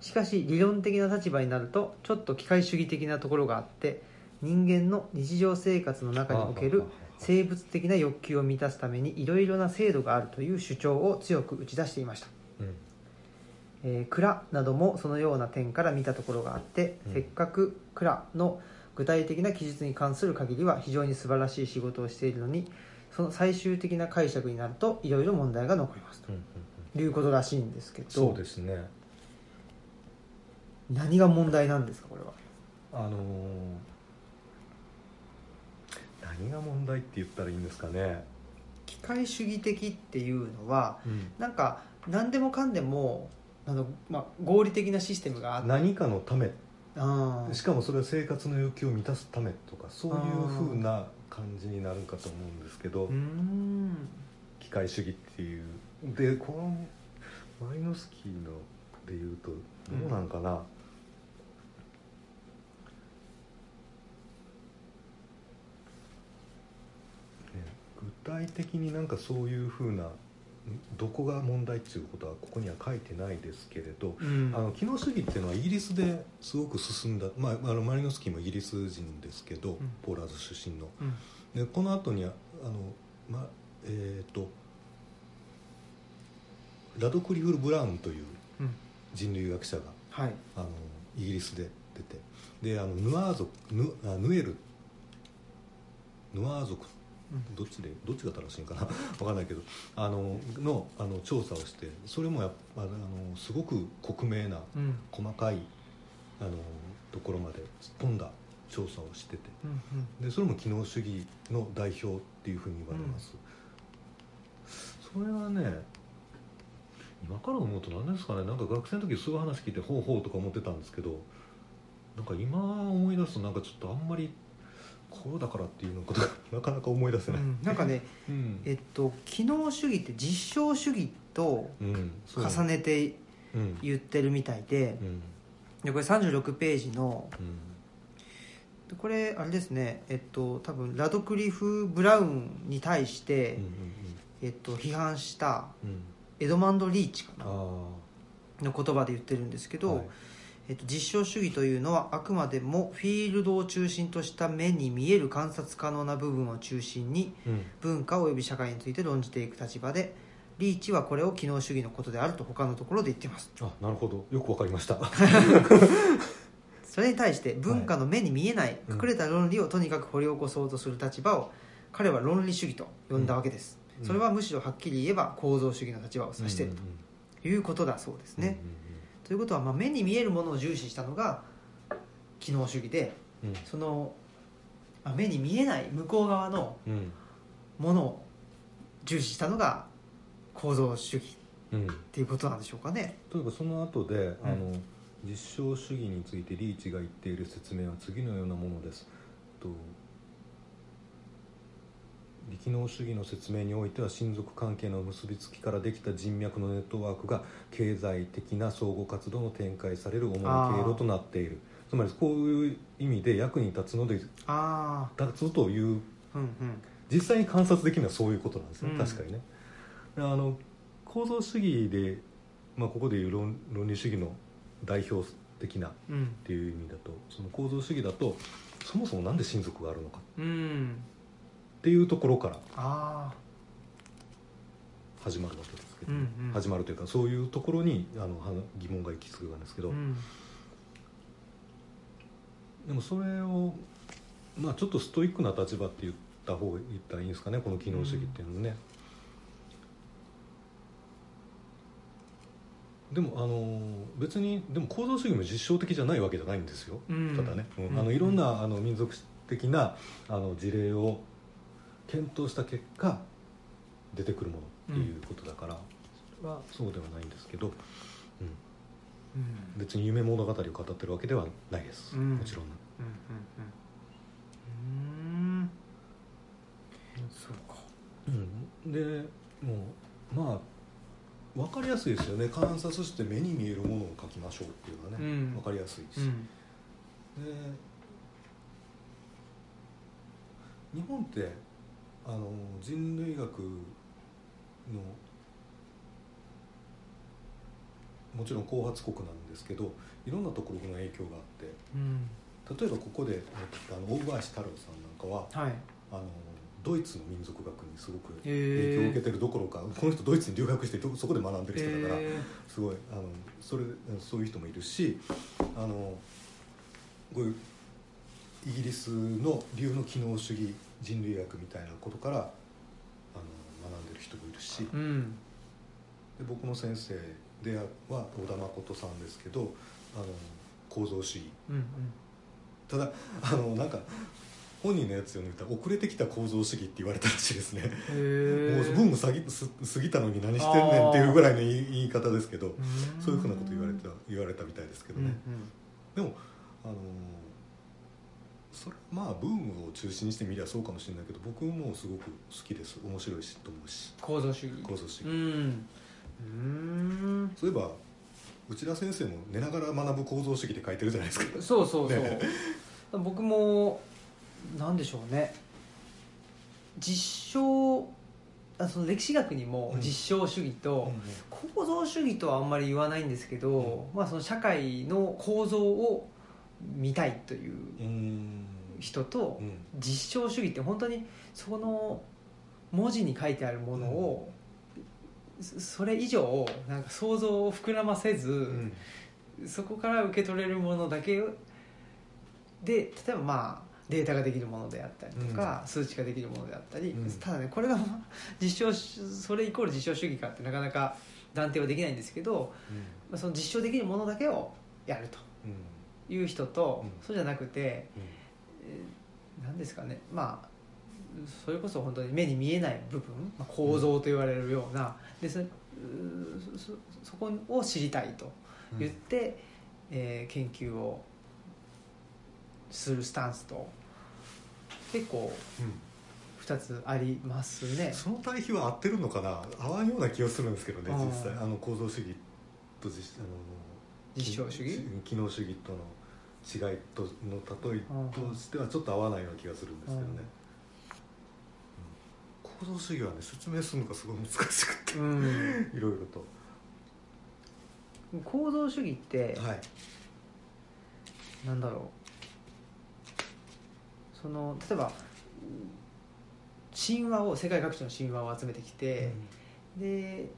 A: しかし理論的な立場になるとちょっと機械主義的なところがあって人間の日常生活の中における生物的な欲求を満たすためにいろいろな制度があるという主張を強く打ち出していました
B: うん
A: えー蔵などもそのような点から見たところがあって、
B: うん
A: せっかく蔵の具体的な記述に関する限りは非常に素晴らしい仕事をしているのにその最終的な解釈になるといろいろ問題が残りますと
B: うんうん
A: いうことらしいんですけ
B: そ
A: ど
B: うですね
A: 何が問題なんですかこれは
B: あのー何が問題って言ったらいいんですかね、
A: 機械主義的っていうのはなんか何でもかんでもあの、まあ、合理的なシステムがあって
B: 何かのため
A: あー
B: しかもそれは生活の要求を満たすためとかそういうふうな感じになるかと思うんですけど
A: うーん
B: 機械主義っていうでこのマリノスキーのでいうとどうなんかな、ね具体的になんかそういうふうなんどこが問題っていうことはここには書いてないですけれど
A: うん
B: あの機能主義っていうのはイギリスですごく進んだ、まあ、あのマリノスキーもイギリス人ですけど、
A: ん
B: ポーランド出身の
A: うん
B: でこの後にああの、ま、えっ、とラドクリフル・ブラウンという
A: うん
B: 人類学者が
A: はい
B: あのイギリスで出てであのヌアー族ヌあヌエルヌアー族
A: うん
B: どっちでどっちが正しいんかな わかんないけどあののあの調査をしてそれもやっぱあのすごく克明な
A: うん
B: 細かいあのところまで突っ込んだ調査をしてて
A: うんうん
B: でそれも機能主義の代表っていうふうに言われます、それはね今から思うと何ですかねなんか学生の時そういう話聞いてほうほうとか思ってたんですけどなんか今思い出すとなんかちょっとあんまりこうだからっていうのことが なかなか思い出せない、うん
A: なんかね
B: うん
A: えっと機能主義って実証主義と
B: そう
A: 重ねて
B: うん
A: 言ってるみたいで
B: うん
A: でこれ36ページの
B: うん
A: でこれあれですねえっと多分ラドクリフ・ブラウンに対して
B: うん、
A: えっと、批判した
B: うんうん
A: エドマンド・リーチか
B: あ
A: な
B: あ
A: の言葉で言ってるんですけど、
B: はい
A: えっと、実証主義というのはあくまでもフィールドを中心とした目に見える観察可能な部分を中心に
B: うん
A: 文化及び社会について論じていく立場でリーチはこれを機能主義のことであると他のところで言ってます
B: あなるほどよくわかりました
A: それに対して文化の目に見えない
B: うん
A: 隠れた論理をとにかく掘り起こそうとする立場を彼は論理主義と呼んだわけです、
B: うん
A: それはむしろはっきり言えば構造主義の立場を指している
B: うんうん
A: ということだそうです
B: うん
A: ね、ということはまあ目に見えるものを重視したのが機能主義で
B: うんうん
A: そのまあ目に見えない向こう側の
B: うん
A: ものを重視したのが構造主義
B: う
A: っ
B: ん
A: ていうことなんでしょうかね。
B: 例えばその後で、あの実証主義についてリーチが言っている説明は次のようなものですと理機能主義の説明においては親族関係の結びつきからできた人脈のネットワークが経済的な相互活動の展開される主な経路となっているつまりこういう意味で役に立つので立
A: あ
B: つという
A: あ、うんうん、
B: 実際に観察できるのはそういうことなんですね、
A: うん
B: 確かにねあの構造主義で、まあ、ここでいう論論理主義の代表的なっ
A: うん、
B: ていう意味だとその構造主義だとそもそもなんで親族があるのか
A: うん、
B: っていうところから
A: ああ、
B: 始まるわけですけど、
A: うんうん
B: 始まるというかそういうところにあのは疑問が行き着くんですけど、
A: うん、
B: でもそれを、まあ、ちょっとストイックな立場って言った方が言ったらいいんですかねこの機能主義っていうのね。でもあの別にでも構造主義も実証的じゃないわけじゃないんですよ。
A: うん
B: ただね、うん
A: うん
B: あのいろんなあの民族的なあの事例を検討した結果出てくるものっていうことだから、それはそうではないんですけど、うん、
A: うん、うん、
B: 別に夢物語を語ってるわけではないです、
A: うん
B: もちろん。
A: うん、うん、そうか、
B: うん、でもうまあ分かりやすいですよね観察して目に見えるものを描きましょうっていうのはね、
A: うん
B: 分かりやすいし、
A: うん、
B: で日本ってあの人類学のもちろん後発国なんですけどいろんなところの影響があって
A: うん、
B: 例えばここであの大林太郎さんなんかは
A: はい、
B: あのドイツの民族学にすごく
A: へ
B: 影響を
A: ー
B: 受けてるどころかこの人ドイツに留学してそこで学んでる人だから、
A: え
B: すごいあのそれそういう人もいるしあのこういうイギリスの流の機能主義人類学みたいなことからあの学んでる人もいるし
A: ーうん
B: で僕の先生では小田誠さんですけどあの構造主義
A: うんうん
B: ただあのなんか本人のやつ読んでたら遅れてきた構造主義って言われたらしいですね。
A: へ
B: もう
A: ー
B: ブーム過ぎす過ぎたのに何してんねんっていうぐらいの言い言い方ですけど
A: ーん
B: そういうふうなこと言われた言われたみたいですけど
A: うんう
B: ね、
A: ん
B: でもあのーそれまあブームを中心にしてみりゃそうかもしれないけど僕もすごく好きです面白いしと思うし
A: 構造主義
B: 構造主義、
A: うんうーん
B: そういえば内田先生も寝ながら学ぶ構造主義って書いてるじゃないですか
A: そうそうそう、
B: ね
A: 僕もなんでしょうね実証あその歴史学にも
B: うん
A: 実証主義と、構造主義とはあんまり言わないんですけど、まあ、その社会の構造を見たいという
B: うんうん
A: 人と、
B: うん
A: 実証主義って本当にその文字に書いてあるものを、そそれ以上なんか想像を膨らませず、
B: うん
A: そこから受け取れるものだけで例えばまあデータができるものであったりとか、数値ができるものであったり、
B: うん
A: ただねこれがまあ実証しそれイコール実証主義かってなかなか断定はできないんですけど、まあ、その実証できるものだけをやると
B: うんう
A: い
B: ん
A: う人と、
B: うん
A: そうじゃなくて何ですかねまあそれこそ本当に目に見えない部分、まあ、構造と言われるような、でそそそそこを知りたいと
B: うん
A: 言って、えー研究をするスタンスと結構
B: うん
A: 2つありますね。
B: その対比は合ってるのかな合わんような気がするんですけどね
A: うん
B: 実際あの構造主義と実あの
A: 実証主義
B: 機能主義との違いとの例えとしてはちょっと合わないような気がするんですけどね、うん構造主義はね説明するのがすごい難しくて、
A: うん、
B: いろいろと
A: 構造主義って、
B: はい
A: なんだろうその例えば神話を世界各地の神話を集めてきて、で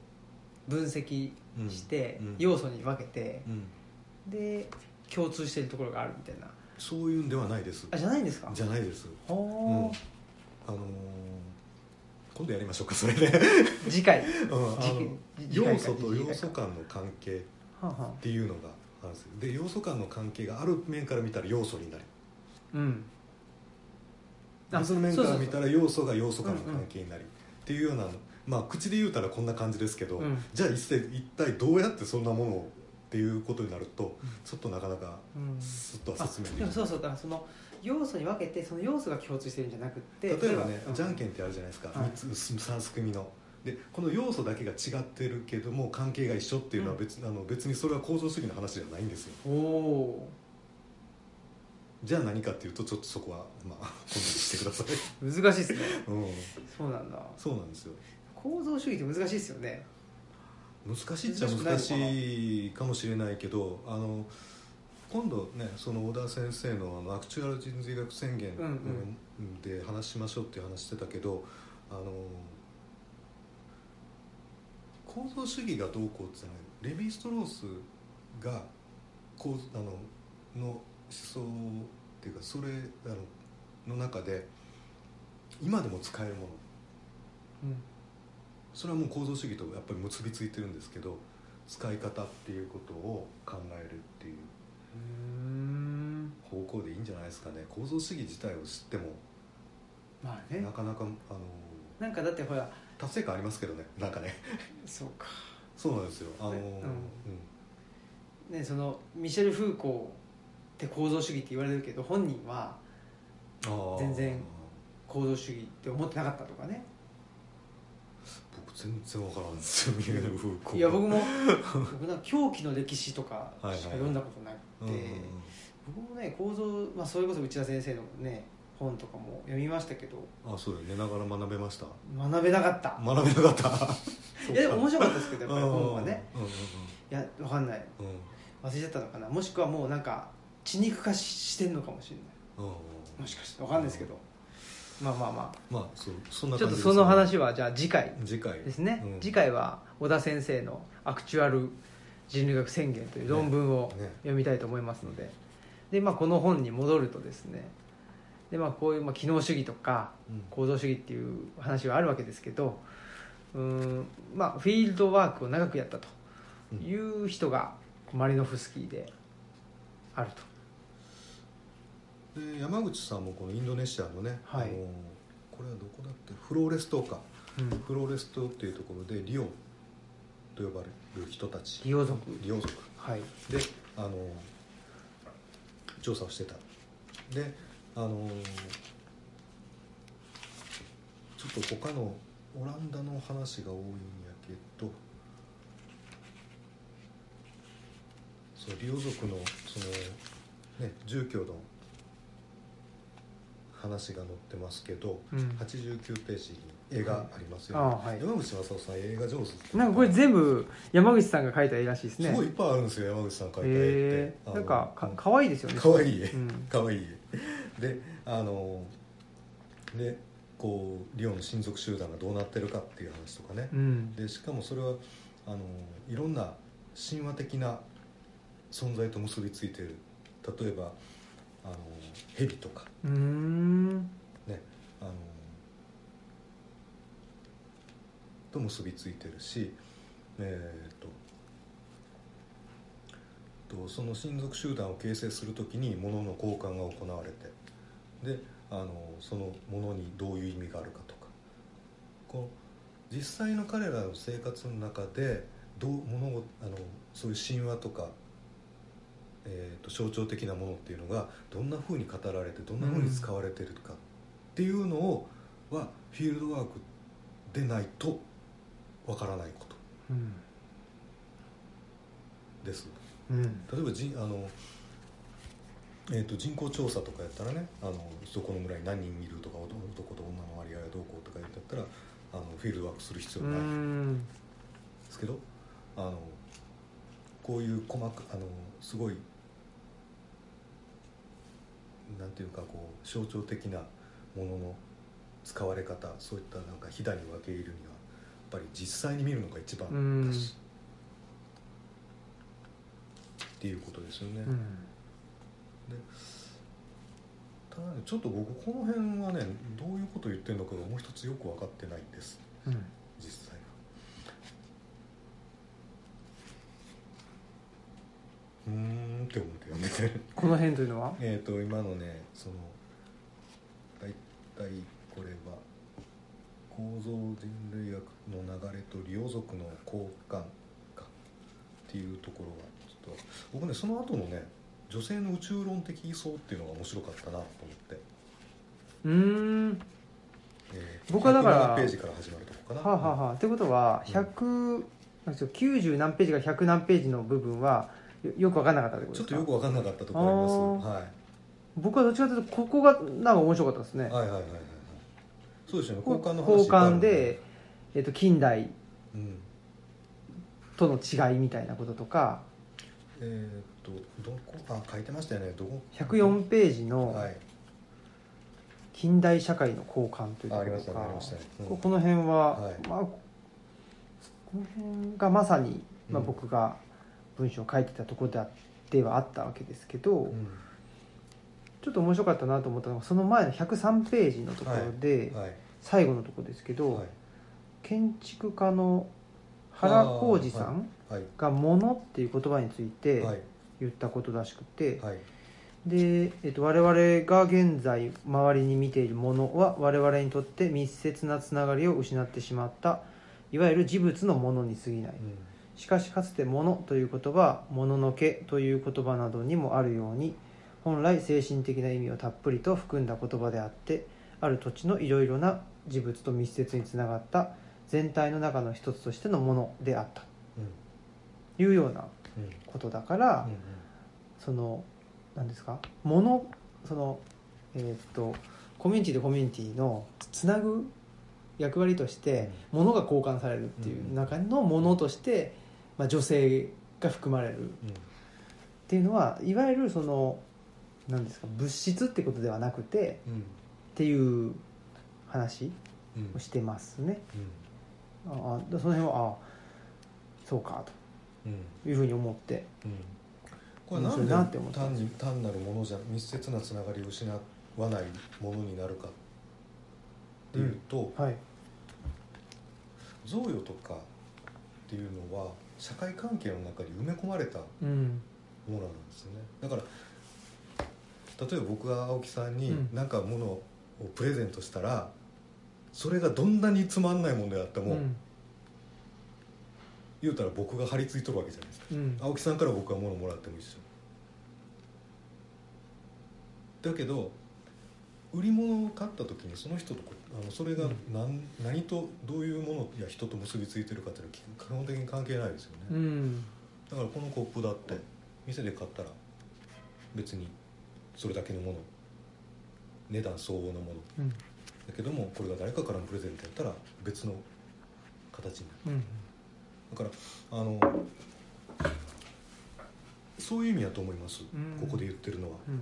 A: 分析
B: うん
A: して、
B: うん
A: 要素に分けて
B: うん
A: で共通しているところがあるみたいな
B: そういうんではないです
A: あじゃないんですか
B: じゃないです、うん
A: ほー
B: あのー今度やりましょうかそれ で、
A: 次回
B: うんあの
A: 次回次回
B: 要
A: か
B: 素と
A: 次
B: 要
A: 回
B: 素
A: か
B: 間の関係
A: はんはん
B: っていうのがあるんですよで要素間の関係がある面から見たら要素になる
A: うんあ
B: 別の面から見た
A: そうそう
B: ら要素が要素間の関係になりっていうようなまあ口で言うたらこんな感じですけど、
A: うん
B: じゃあ一体一体どうやってそんなものをっていうことになると
A: うん
B: ちょっとなかなか
A: そううん
B: すっとは
A: あ
B: 説明でき
A: で
B: な
A: も
B: い
A: そうそうだからその要素に分けてその要素が共通してるんじゃなくって
B: 例えばね、じゃんけ
A: ん
B: んってあるじゃないですか、
A: はい
B: 三つ3す組のでこの要素だけが違ってるけども関係が一緒っていうのは別,、あの別にそれは構造主義の話じゃないんですよ
A: おお
B: じゃあ何かっていうとちょっとそこはまあ今度にしてください、
A: ー難しいですね
B: うん、
A: そうなんだ
B: そうなんですよ
A: 構造主義って難しいですよね
B: 難しいっちゃ難しいかもしれないけどあの今度ねその小田先生のあのアクチュアル人類学宣言
A: うん
B: で話しましょうっていう話してたけど、あの構造主義がどうこうって言ったのレヴィ・ストロースが構造あのの思想っていうかそれあのの中で今でも使えるもの
A: うん
B: それはもう構造主義とやっぱり結びついてるんですけど使い方っていうことを考えるっていう
A: うん
B: 方向でいいんじゃないですかね構造主義自体を知っても
A: まあね
B: なかなかあの
A: なんかだってほら
B: 達成感ありますけどねなんかね
A: そうか
B: そうなんですよあの、
A: ねうん
B: うん
A: ねそのミシェル・フーコーって構造主義って言われるけど本人は
B: あー
A: 全然構造主義って思ってなかったとかね
B: 僕全然わからん ですよミゲル風光
A: いや僕も僕なんか狂気の歴史とかし
B: は
A: か
B: いはい
A: 読んだことなくて、僕もね構造、まあ、それこそ内田先生のね本とかも読みましたけど
B: あそうだよ寝ながら学べました
A: 学べなかった、
B: 学べなかった
A: いやでも面白
B: 白
A: かったですけどやっぱり本はね
B: うんうん
A: いやわかんない
B: うん
A: 忘れちゃったのかなもしくはもうなんか血肉化ししてんのかもしれない
B: うんうんうん
A: もしかしてわかんないですけどまあまあま
B: まあそうそん
A: あ
B: な
A: ちょ
B: 感
A: っと
B: じです
A: その話はじゃあ次回
B: 次回
A: ですね、
B: うん
A: 次回は小田先生の「アクチュアル人類学宣言」という論文を
B: ねね
A: 読みたいと思いますので,、でまあ、この本に戻るとですねで、まあ、こういう、まあ、機能主義とか
B: うん
A: 構造主義っていう話はあるわけですけどうーん、まあ、フィールドワークを長くやったという人がマリノフスキーであると。
B: で山口さんもこのインドネシアのね、
A: はい
B: あのこれはどこだっけフローレス島か
A: うん、
B: フローレス島っていうところでリオンと呼ばれる人たち
A: 利用族
B: リオン族
A: はい、
B: であの調査をしてたであのちょっと他のオランダの話が多いんやけどそうリオ族のその、ね、住居の話が載ってますけど、
A: うん、
B: 89ページに絵がありますよ、
A: あはい
B: 山口正夫さん映画上手って
A: なんかこれ全部山口さんが描いた絵らしいですね
B: すごいいっぱいあるんですよ山口さん描いた絵って、
A: へ
B: あ
A: え
B: の
A: なんかかかわいいですよね
B: かわいい絵
A: うん
B: かわいい絵であのでこうリオの親族集団がどうなってるかっていう話とかね、
A: うん
B: でしかもそれはあのいろんな神話的な存在と結びついてる例えばあの蛇とか
A: うーん
B: ねあのと結びついてるしえーっととその親族集団を形成するときに物の交換が行われてであのその物にどういう意味があるかとかこう実際の彼らの生活の中でどう物をあのそういう神話とか、えーっと象徴的なものっていうのがどんなふうに語られてどんなふうに使われてるかっていうのを、はフィールドワークでないとわからないこと
A: うん
B: です
A: うん
B: 例えば人あの、えー、と人口調査とかやったらねあのそこの村に何人いるとか男男と女の割合がどうこうとかやったらあのフィールドワークする必
A: う
B: 要
A: ー
B: ないん
A: ん
B: ですけどあのこういう細かあのすごいなんていうかこう象徴的なものの使われ方そういったなんか飛騨に分け入るにはやっぱり実際に見るのが一番だし、っていうことですよね。
A: うん
B: ただねちょっと僕この辺はねどういうこと言ってるのかがもう一つよく分かってないんです
A: うん
B: 実際はうーんって思って読んでて
A: この辺というのは
B: えっと今のねその大体これは構造人類学の流れと利オ族の交換かっていうところはちょっと僕ねその後のね女性の宇宙論的位相っていうのが面白かったなと思って
A: うーん
B: えー
A: 僕はだから
B: 107ページから始まるとこか
A: は
B: な
A: あ、はあはあということは
B: うん
A: 100なんですよ90何ページから100何ページの部分はよよく分かんなかったってこと
B: ちょ
A: で
B: っ
A: す
B: と
A: か
B: よく分かんなかったところあります、はい、
A: 僕はどっちかというとここがなんか面白かったですね
B: はいはいはいはいはいそうですよね
A: こ
B: 交
A: う
B: 換の話
A: 交換で、えっと近代
B: うん
A: との違いみたいなこととか
B: えーっとどこあ書いてましたよねどこ
A: 104ページの、
B: はい
A: 近代社会の交換というところか
B: あありましたねありましたね、うん
A: ここの辺は、
B: はい
A: まあ、この辺がまさに、まあ、
B: うん
A: 僕が文章を書いてたところであではあったわけですけど、
B: うん
A: ちょっと面白かったなと思ったのがその前の103ページのところで、
B: はい
A: 最後のところですけど、
B: はい
A: 建築家の原浩二さ
B: あ
A: ん
B: はい
A: が「もの」っていう言葉について
B: はい
A: 言ったことらしくて、
B: はい
A: で、えっと、我々が現在周りに見ているものは我々にとって密接なつながりを失ってしまったいわゆる事物のものに過ぎない
B: うん
A: しかしかつて「もの」という言葉「もののけ」という言葉などにもあるように本来精神的な意味をたっぷりと含んだ言葉であってある土地のいろいろな事物と密接につながった全体の中の一つとしてのものであった
B: うん
A: というような
B: うん
A: ことだから、
B: うん
A: その何ですかものそのえーっとコミュニティとコミュニティのつなぐ役割として物が交換されるっていう中のものとして、まあ、女性が含まれるっ
B: うん
A: ていうのはいわゆるその何ですか物質ってことではなくて
B: うん
A: っていう話
B: うん
A: をしてますね。
B: うん
A: ああでその辺はあそうか
B: うん
A: というふうに思って
B: うんこれ
A: 面白いな
B: な
A: っ
B: ん
A: て
B: で
A: 思った
B: 単に単なるものじゃ密接なつながりを失わないものになるかっていうと、
A: はい
B: 贈与とかっていうのは社会関係の中に埋め込まれたも
A: うん
B: のなんですねだから例えば僕が青木さんに
A: うん
B: 何かものをプレゼントしたら、それがどんなにつまんないものであっても、
A: うん
B: 言うたら僕が張り付いとるわけじゃないですか
A: うん
B: 青木さんから僕は物もらっても一緒だけど売り物を買った時にその人とこあのそれが
A: うん
B: 何,、何とどういうものや人と結びついてるかっていうのは基本的に関係ないですよね、
A: うん
B: だからこのコップだって店で買ったら別にそれだけのもの値段相応のもの
A: うん
B: だけどもこれが誰かからのプレゼントやったら別の形にな
A: う
B: る
A: ん
B: だからあのそういう意味だと思います、
A: うん
B: ここで言ってるのは、
A: うん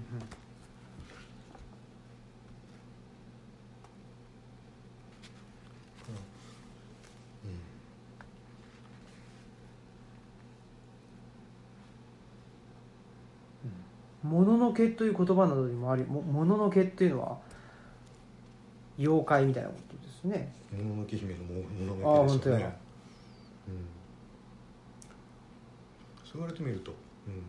A: 物のけという言葉などにもありも物のけっていうのは妖怪みたいなことですね
B: うんもののけ姫のもも
A: ああ
B: ののけ
A: 本当や
B: でしょうねうんそう言われてみると、うんあ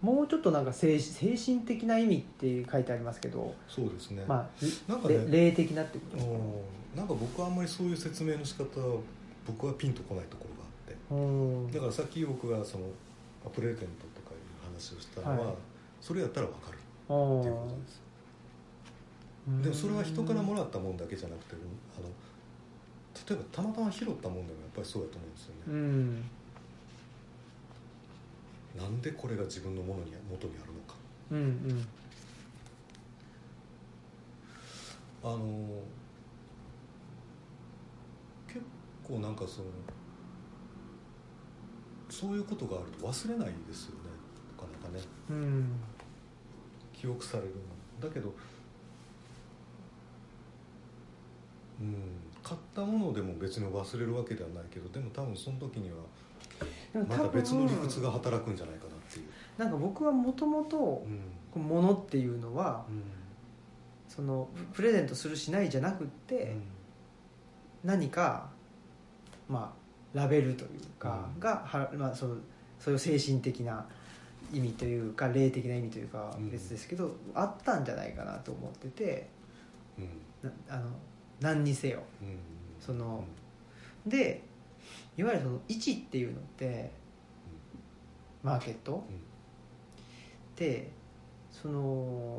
A: もうちょっとなんか精精神的な意味って書いてありますけど、
B: そうですね、
A: まあ
B: なんか
A: れ
B: ね
A: 霊的なってことですか
B: うんなんか僕はあんまりそういう説明の仕方は僕はピンとこないところがあっ
A: う
B: て
A: ん
B: だからさっき僕がそのアプレゼントとかいう話をしたのは、
A: はい
B: それやったらわかる
A: あー
B: っていうことです
A: うん
B: でもそれは人からもらったもんだけじゃなくてあの例えばたまたま拾ったもんでもやっぱりそうだと思うんですよ
A: う
B: ね、
A: ん
B: なんでこれが自分のものに元にあるのか
A: うんうん
B: あの結構なんかそのそういうことがあると忘れないですよねなかなかね
A: うん
B: 記憶されるのだけどうん買ったものでも別に忘れるわけではないけどでも多分その時には
A: でも
B: ま
A: 多分
B: た別の理屈が働くんじゃないかなっていう、
A: なんか僕はもともと
B: うん
A: 物っていうのは
B: うん
A: そのプレゼントするしないじゃなくって、何かまあラベルというか
B: うん
A: が、はまあ、そのそういう精神的な意味というか霊的な意味というか
B: うん
A: 別ですけど、あったんじゃないかなと思ってて
B: うん
A: なあの何にせよ
B: うん
A: そのでいわゆるその位置っていうのってマーケット
B: うん
A: でその、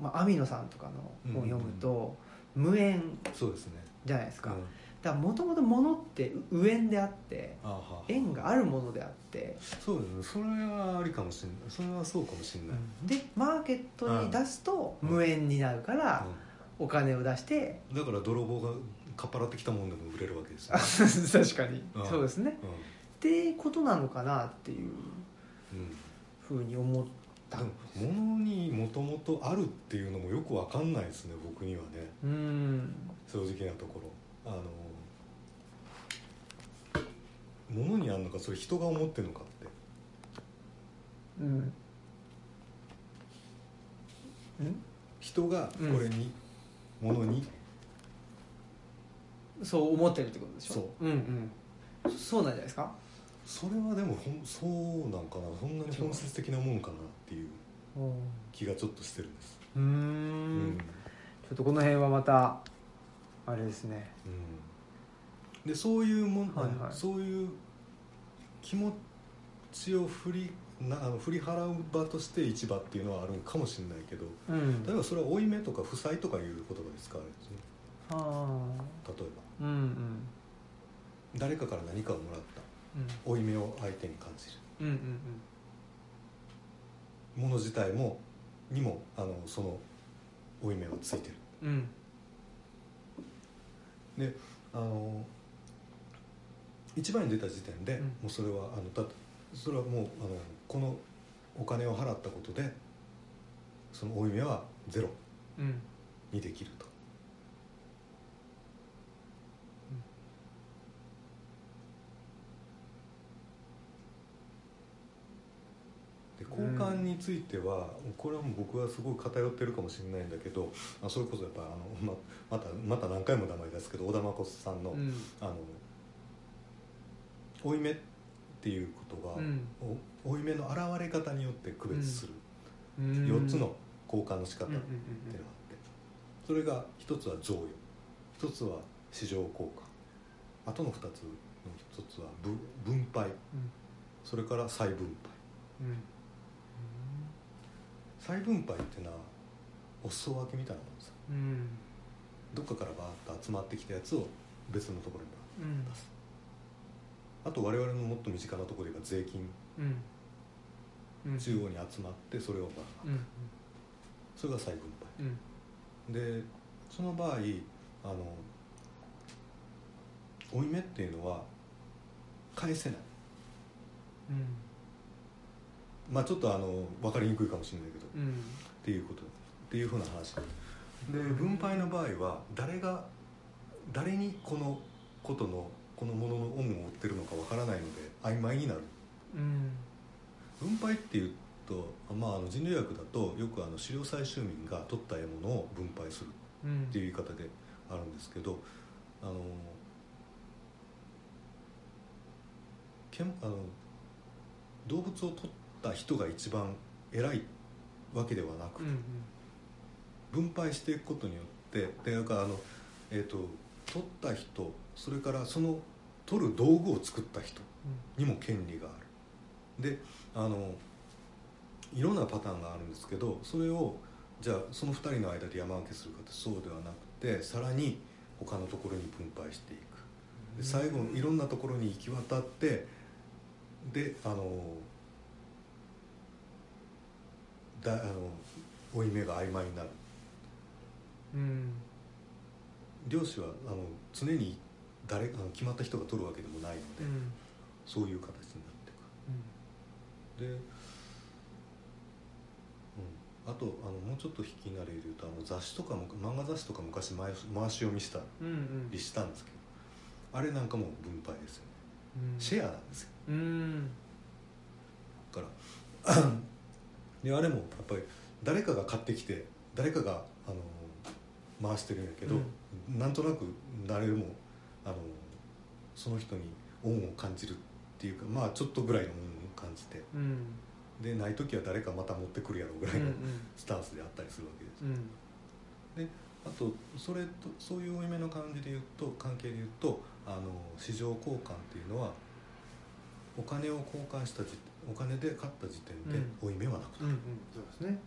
A: まあ、網野さんとかの本を読むと、無縁
B: うんそうですね
A: じゃないですか、
B: うん
A: だからもともと物って無縁であって
B: あーはー
A: 縁があるものであって、
B: そうですねそれはありかもしれないそれはそうかもしれない、
A: でマーケットに出すと
B: うん
A: 無縁になるからお金を出して、
B: うんだから泥棒がかっぱらってきたもんでも売れるわけですよ、
A: 確かに、
B: うん
A: そうですねってことなのかなっていう
B: うんうん
A: ふうに思った
B: でも物にもともとあるっていうのもよくわかんないですね僕にはね
A: うん
B: 正直なところあの物にあるのかそれ人が思ってるのかって
A: うんうん
B: 人がこれに、物に
A: そう思ってるってことでしょ
B: そ
A: うんうんそうなんじゃないですか
B: それはでもほんそうなんかなそんなに本質的なもんかなっていう気がちょっとしてるんです、
A: うん
B: うん
A: ちょっとこの辺はまたあれですね
B: でそういうもん、
A: はいはい
B: そういう気持ちを振りなあの振り払う場として市場っていうのはあるんかもしれないけど
A: うん
B: 例えばそれは負い目とか負債とかいう言葉で使われるんですね
A: ああ
B: 例えば
A: うんうん
B: 誰かから何かをもらった負い目を相手に感じる
A: うんうん
B: もの自体もにもあのその負い目はついてる
A: うんうんうん
B: あの一番に出た時点で、
A: うん
B: もうそれはあのだそれはもうあのこのお金を払ったことでその負い目はゼロ
A: うん
B: にできるとで
A: うん
B: 交換については、これはもう僕はすごい偏ってるかもしれないんだけどあそれこそやっぱあの ままたまた何回も名前出すけど小田誠さんの「
A: うん
B: あの負い目」っていうことが、
A: うん
B: お負い目の現れ方によって区別する、
A: うん
B: 4つの交換の仕方っ
A: うん
B: て
A: う
B: い
A: ん
B: うのがあってそれが1つは贈与1つは市場交換あとの2つの1つはぶ分配それから再分配
A: うんうん
B: 再分配っていうのはお裾分けみたいなもんですよ
A: うんうん
B: どっかからバーッと集まってきたやつを別のところに
A: うん
B: 出すあと我々のもっと身近なところで言えば税金
A: うんうん
B: 中央に集まってそれをバー
A: う
B: ッ
A: ん
B: それが再分
A: うん
B: 配でその場合あの負い目っていうのは返せない
A: うん
B: まあちょっとあの分かりにくいかもしれないけど
A: うん
B: っていうことっていうふうな話で分配の場合は誰が誰にこのことのこのものの恩を負ってるのかわからないので曖昧になる
A: うん
B: 分配っていうと、まあ、あの人類学だとよくあの狩猟採集民が取った獲物を分配する
A: うん
B: っていう言い方であるんですけどあのけんあの動物を取った人が一番偉いわけではなく
A: うんうん
B: 分配していくことによってでなんかあの、えー、と取った人それからその取る道具を作った人にも権利があるであのいろんなパターンがあるんですけどそれをじゃあその2人の間で山分けするかってそうではなくてさらに他のところに分配していくで最後いろんなところに行き渡ってであのだあの負い目が曖昧になる
A: うん
B: 漁師はあの常に誰あの決まった人が取るわけでもない
A: う
B: ので、
A: ん
B: そういう形になっていくで、うん、あとあのもうちょっと引き慣れるとあの雑誌とかも漫画雑誌とか昔回し回し読みした
A: うんうん
B: りしたんですけどあれなんかも分配ですよね
A: うん
B: シェアなんですよ
A: うん
B: だから であれもやっぱり誰かが買ってきて誰かがあの回してるんやけど、なんとなく誰もあのその人に恩を感じるっていうかまあちょっとぐらいの恩を感じて
A: うん
B: でない時は誰かまた持ってくるやろうぐらいの
A: うん
B: スタンスであったりするわけです、
A: うん
B: あとそれとそういう負い目の感じで言うと関係で言うとあの市場交換っていうのはお金を交換した時お金で買った時点で負い目はなくな
A: う
B: る
A: ん、うんそうですね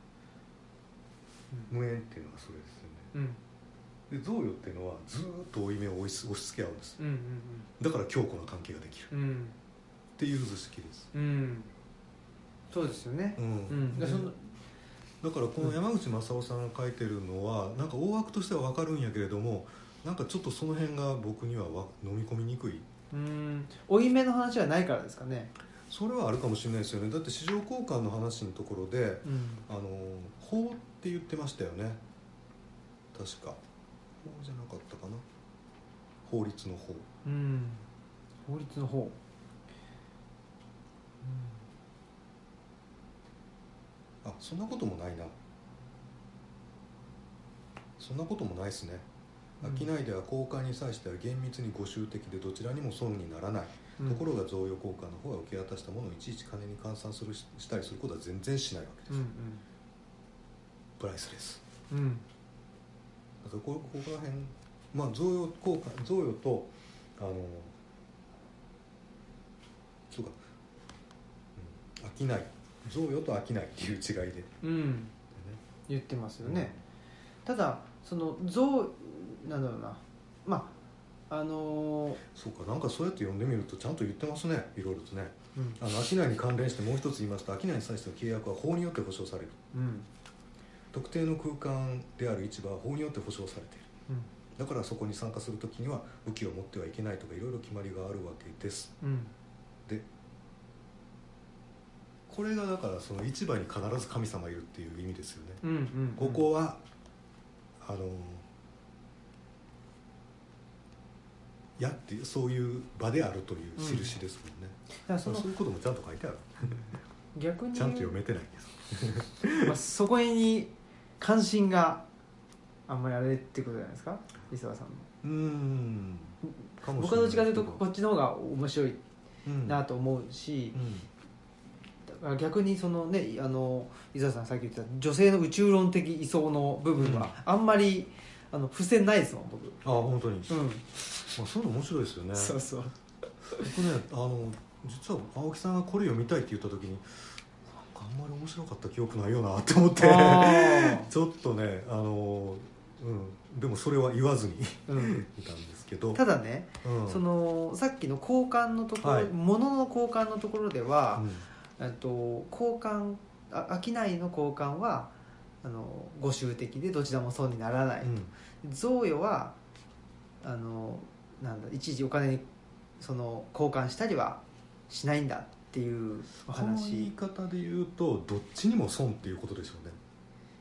B: 無縁っていうのはそれですよね
A: うん
B: で贈与っていうのはずーっと負い目を押し押し付け合うんです
A: うんうん
B: だから強固な関係ができる
A: うんうん
B: っていう図式です、
A: うんそうですよね
B: うん
A: うん
B: で
A: でその
B: だからこの山口正夫さんが書いてるのはなんか大枠としては分かるんやけれどもなんかちょっとその辺が僕にはわ飲み込みにくい
A: うん負い目の話はないからですかね
B: それはあるかもしれないですよねだって市場交換の話のところで
A: うん
B: あの法って言ってましたよね確か法じゃなかったかな法律の法
A: うん法律の方
B: あそんなこともないなそんなこともないですね
A: うん
B: 商いでは交換に際しては厳密にご集的でどちらにも損にならない、
A: うん
B: ところが贈与交換の方は受け渡したものをいちいち金に換算するししたりすることは全然しないわけです、
A: うん
B: プライスレス
A: うんうん
B: だからこここら辺まあ贈与交換贈与とあのそうか、うん、商い贈与と商いっていう違いで、ね、
A: うん言ってますよね、ただその像なんだろうなまああのー
B: そうかなんかそうやって読んでみるとちゃんと言ってますねいろいろとね
A: うん
B: あの商いに関連してもう一つ言いますと商いに際しての契約は法によって保障される
A: うん
B: 特定の空間である市場は法によって保障されている
A: うん
B: だからそこに参加するときには武器を持ってはいけないとかいろいろ決まりがあるわけです
A: うん
B: これがだからその市場に必ず神様いるっていう意味ですよね
A: うんうんうん
B: ここはああのやっていうそういう場であるという印ですもんね、
A: から
B: そ
A: そうの
B: そういうこともちゃんと書いてある
A: 逆に
B: ちゃんと読めてないけど
A: まあ、そこに関心があんまりあれってことじゃないですか磯田さんも
B: うーんかもし
A: 僕
B: れ
A: はどっ
B: ないけ
A: ちかというとこっちの方が面白い
B: うん
A: なと思うし
B: う、ん
A: だから逆にそのねあの伊沢さんさっき言ってた女性の宇宙論的位相の部分はあんまり、あの付箋ないですもん僕
B: あ本当に、ま
A: うん、
B: あ、そういうの面白いですよね
A: そうそう
B: 僕ねあの実は青木さんがこれ読みたいって言った時になんかあんまり面白かった記憶ないよなって思って
A: あ
B: ちょっとねあの、うん、でもそれは言わずに
A: ー、うん、
B: いたんですけど
A: ただね、
B: うん
A: そのさっきの交換のところ、
B: はい
A: 物の交換のところでは、
B: うん
A: えっと交換あ商いの交換はあの語習的でどちらも損にならない、
B: うん
A: 贈与はあのなんだ一時お金にその交換したりはしないんだっていうお
B: この言い
A: 話
B: 方で言うとどっちにも損っていうことでしょうね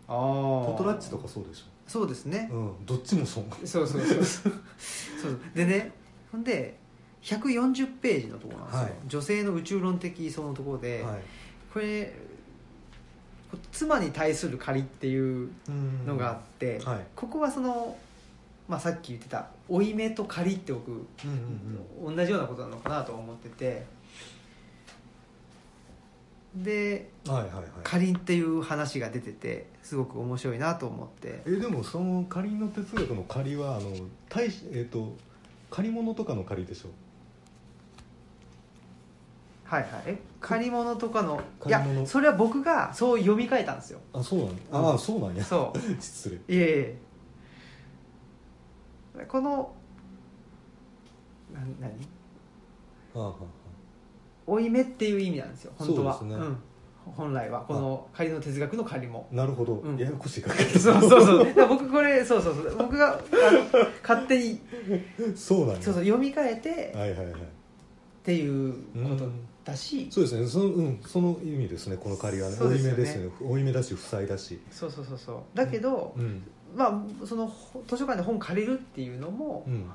A: ああ
B: ポトラッチとかそうでし
A: そうですね
B: ょ、、うん、どっちも損
A: そうそうそうそうそうでねほんで140ページのところなんですよ、
B: はい
A: 女性の宇宙論的思想のところで、
B: はい
A: これこ妻に対する借りっていうのがあって、
B: はい
A: ここはその、まあ、さっき言ってた負い目と借りって僕、
B: うん
A: 同じようなことなのかなと思っててで
B: うんはいはいはい
A: 借りっていう話が出ててすごく面白いなと思って
B: えでもその仮の哲学の仮はあの対しえっ、と借り物とかの借りでしょ
A: はいはいえ借り物とかのい
B: 借り
A: や
B: 物
A: それは僕がそう読み替えたんですよ
B: あそうなん
A: うん
B: ああそうなんや
A: そ
B: 失礼
A: ういえいえこのな何
B: ああああ
A: 負い目っていう意味なんですよ本当は
B: そうですね
A: ん、本来はこの借りの哲学の借りも
B: あなるほど、
A: うん
B: ややこしいか
A: そうそうそう だから僕これそうそうそう僕があの勝手に
B: そうなんや
A: そうそう読み替えてっ
B: はいはいはい
A: ていう
B: う
A: こと
B: ん
A: だし、
B: そうですねその,、うん、その意味ですねこの借りはね
A: そう
B: 負
A: で
B: い
A: す
B: 目
A: よね
B: ですよね負い目だし負債だし
A: そうそうそうそうだけど、
B: うん
A: まあそのほ図書館で本借りるっていうのも
B: う、ん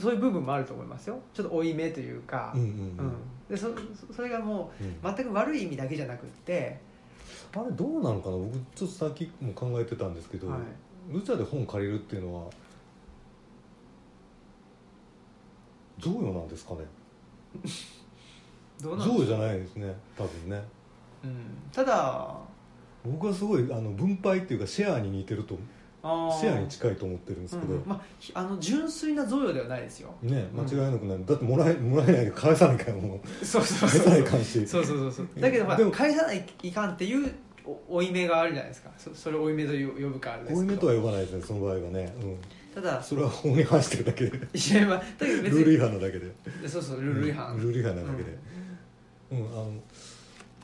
A: そういう部分もあると思いますよちょっと負い目というか、
B: うんうん
A: う
B: うんん
A: でそそそれがも
B: うん
A: う全く悪い意味だけじゃなくって、
B: あれどうなのかな僕ちょっとさっきも考えてたんですけど、
A: はい、
B: ルチャで本借りるっていうのは贈与なんですかね
A: どうなんで
B: 贈与
A: す
B: じ
A: か
B: ゃないですね多分ね
A: うん、ただ
B: 僕はすごいあの分配っていうかシェアに似てると
A: あー
B: シェアに近いと思ってるんですけど、
A: うんまあひ、あの純粋な贈与ではないですよ
B: ね
A: うん
B: 間違いなくない、だってもらえもらえないで返さないからもう
A: そうそう
B: 返
A: そう
B: さな
A: そ
B: いうかんし
A: そうそうそうそうだけどほら
B: でも
A: 返さないいかんっていうお負い目があるじゃないですかそそれを負い目と呼ぶかあれですけど
B: こういう目とは呼ばないですねその場合はね、
A: た
B: うん、
A: だ
B: それは法に反してるだけでル
A: いやまあだけど別
B: ール違
A: に
B: 反なだけで
A: そうそうルール違反、
B: うんルール違反なだけで、うんあの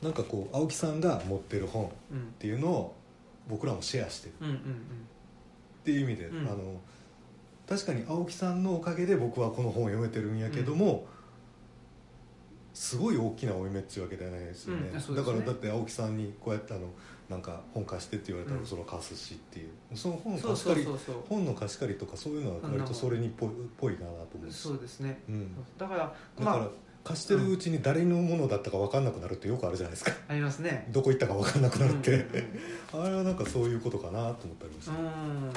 B: なんかこう青木さんが持ってる本っ
A: うん
B: ていうのを僕らもシェアしてる
A: うんうん
B: っていう意味で、
A: うん
B: あの確かに青木さんのおかげで僕はこの本を読めてるんやけども、すごい大きな負い目っていうわけではないですよね,、
A: うんそうで
B: だ
A: すね
B: からだって青木さんにこうやってあのなんか本貸してって言われた
A: う
B: ら
A: ん
B: それを貸すしっていう、その本
A: う
B: を
A: んそう
B: 貸し
A: そ
B: た
A: う
B: り
A: そうそう
B: 本の貸し借りとかそういうのは割とそれにぽいぽいかなと思うし
A: そうですね
B: うん、
A: だから
B: だから、
A: ま
B: 貸してるうちに誰のものだったか分かんなくなるってよくあるじゃないですか
A: あありますね
B: どこ行ったか分かんなくなるって、
A: うんうんうん
B: あれはなんかそういうことかなと思ったりもし
A: う
B: ま
A: ん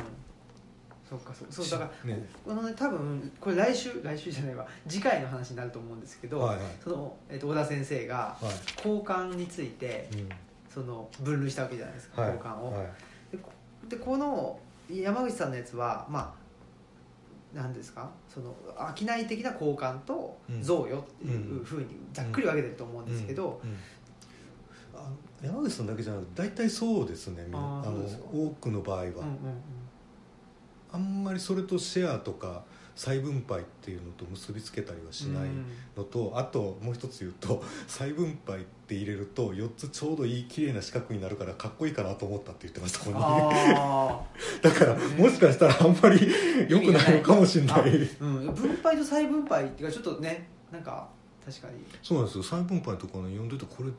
A: そうかそうそうだから
B: らね
A: あのね多分これ来週来週じゃないわ次回の話になると思うんですけど、
B: はいはい
A: その、えっと小田先生が
B: は
A: 交換について
B: い、うん
A: その分類したわけじゃないですか、
B: はい、
A: 交換を、
B: はい
A: でこでこの山口さんのやつはまあ何ですかその商い的な交換と
B: うん
A: 贈与っていううんふうにざっくり分けてると思うんですけど、
B: うんうんあ山口さんだけじゃなくて大体そうですねみんな
A: あー
B: あ
A: そう
B: の
A: ですか
B: 多くの場合は、
A: うんうん
B: あんまりそれとシェアとか再分配っていうのと結びつけたりはしないのと、あともう一つ言うと 再分配って入れると4つちょうどいい綺麗な四角になるからかっこいいかなと思ったって言ってました
A: う
B: 本
A: ん、
B: 人
A: あ
B: だからもしかしたらあんまり良くないのかもしれない
A: 意味あ、うん、分配と再分配っていうかちょっとねなんか確かに
B: そうなんですよ再分配とかね読んでてこれ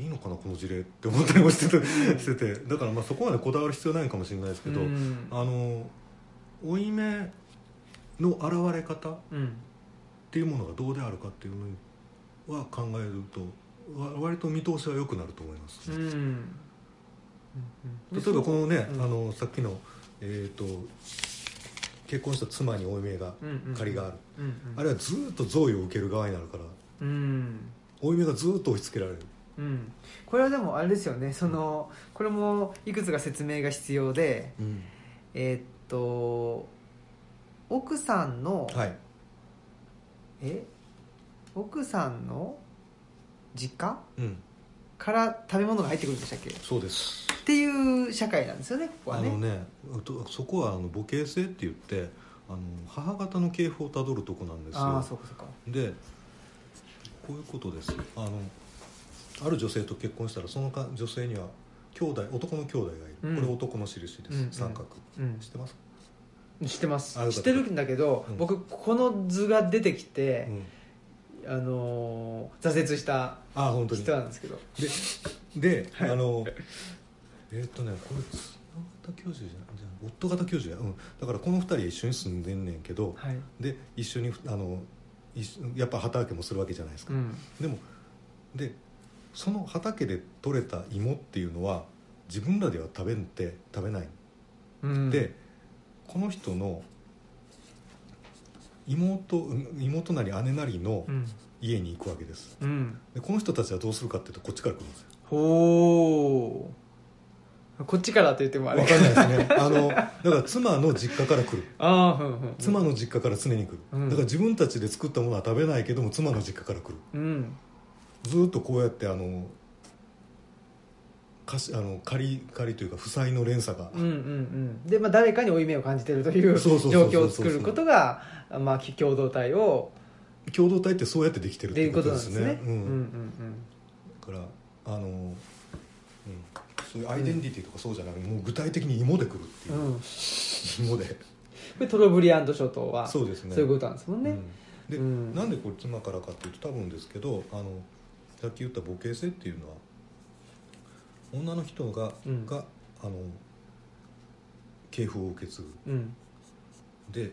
B: いいのかなこの事例って 思ったりもしててしててだからまあそこまでこだわる必要ないのかもしれないですけど、
A: うん
B: あの負い目の現れ方っ
A: うん
B: ていうものがどうであるかっていうのは考えるとわ割と見通しは良くなると思います、
A: うんうんうん
B: 例えばこのね、
A: うん
B: あのさっきの、えー、と結婚した妻に負い目が
A: うんうん
B: 借りがある、
A: うんうん
B: あれはずっと贈与を受ける側になるから
A: うん
B: 負い目がずっと押し付けられる
A: うんこれはでもあれですよねそのこれもいくつか説明が必要でえーっと奥さんの、
B: はい
A: え奥さんの実家
B: うん
A: から食べ物が入ってくるんでしたっけっ
B: そうです
A: ていう社会なんですよねここ
B: あ
A: はね
B: のねとそこはあの母系性って言ってあの母方の系譜をたどるとこなんです
A: ああ
B: よ
A: そうかそうか
B: でこういうことですあのある女性と結婚したらそのか女性には兄弟男の兄弟がいる、
A: うん
B: これ男の印です、
A: うんうん
B: 三角
A: うん
B: 知ってます、
A: 知ってま
B: あよ
A: す
B: か
A: 知
B: っ
A: ったてるんだけど、
B: うん
A: 僕この図が出てきて
B: う、ん、
A: あのー挫折した
B: ああ本当に
A: 人なんですけど
B: でで、あのえーっとねこれ妻方教授じゃないじゃない夫方教授や、うん、だからこの二人は一緒に住んでんねんけど
A: はい、
B: で一緒にあの一緒やっぱ畑もするわけじゃないですか、
A: うん、
B: でもでその畑で採れた芋っていうのは自分らでは食べんて食べない、
A: うん
B: でこの人の妹うん妹なり姉なりの
A: うん
B: 家に行くわけです
A: うん
B: でこの人たちはどうするかっていうとこっちから来るんですよ
A: ほうこっちからって言ってもあれ
B: 分かんないですねあのだから妻の実家から来る
A: ああふんふん
B: 妻の実家から常に来る、
A: うん
B: だから自分たちで作ったものは食べないけども妻の実家から来る
A: うん
B: ずーっとこうやってあの貸しあの借り借りというか負債の連鎖が
A: うんうんうんで、まあ、誰かに負い目を感じてるという
B: そ
A: 状
B: うそうそうそうそう
A: 況を作ることが、まあ、共同体を
B: 共同体ってそうやってできてるっ
A: って
B: て
A: い
B: いうう
A: こ
B: ことと
A: な
B: で
A: んですす
B: ね
A: ねう
B: うん
A: うん
B: ん、だ
A: うん
B: からあの、うん、そういうアイデンティティとかそうじゃなくて、もう具体的に芋で来るっていうう、
A: ん、こ
B: 芋で
A: れトロブリアンド諸島は
B: そうですね
A: そういうことなんですもんね、
B: うんで、
A: うん
B: なんでこれ妻からかっていうと多分ですけどあのさっき言った母系性っていうのは女の人が,、
A: うん
B: があの系譜を受け継ぐ
A: うん
B: で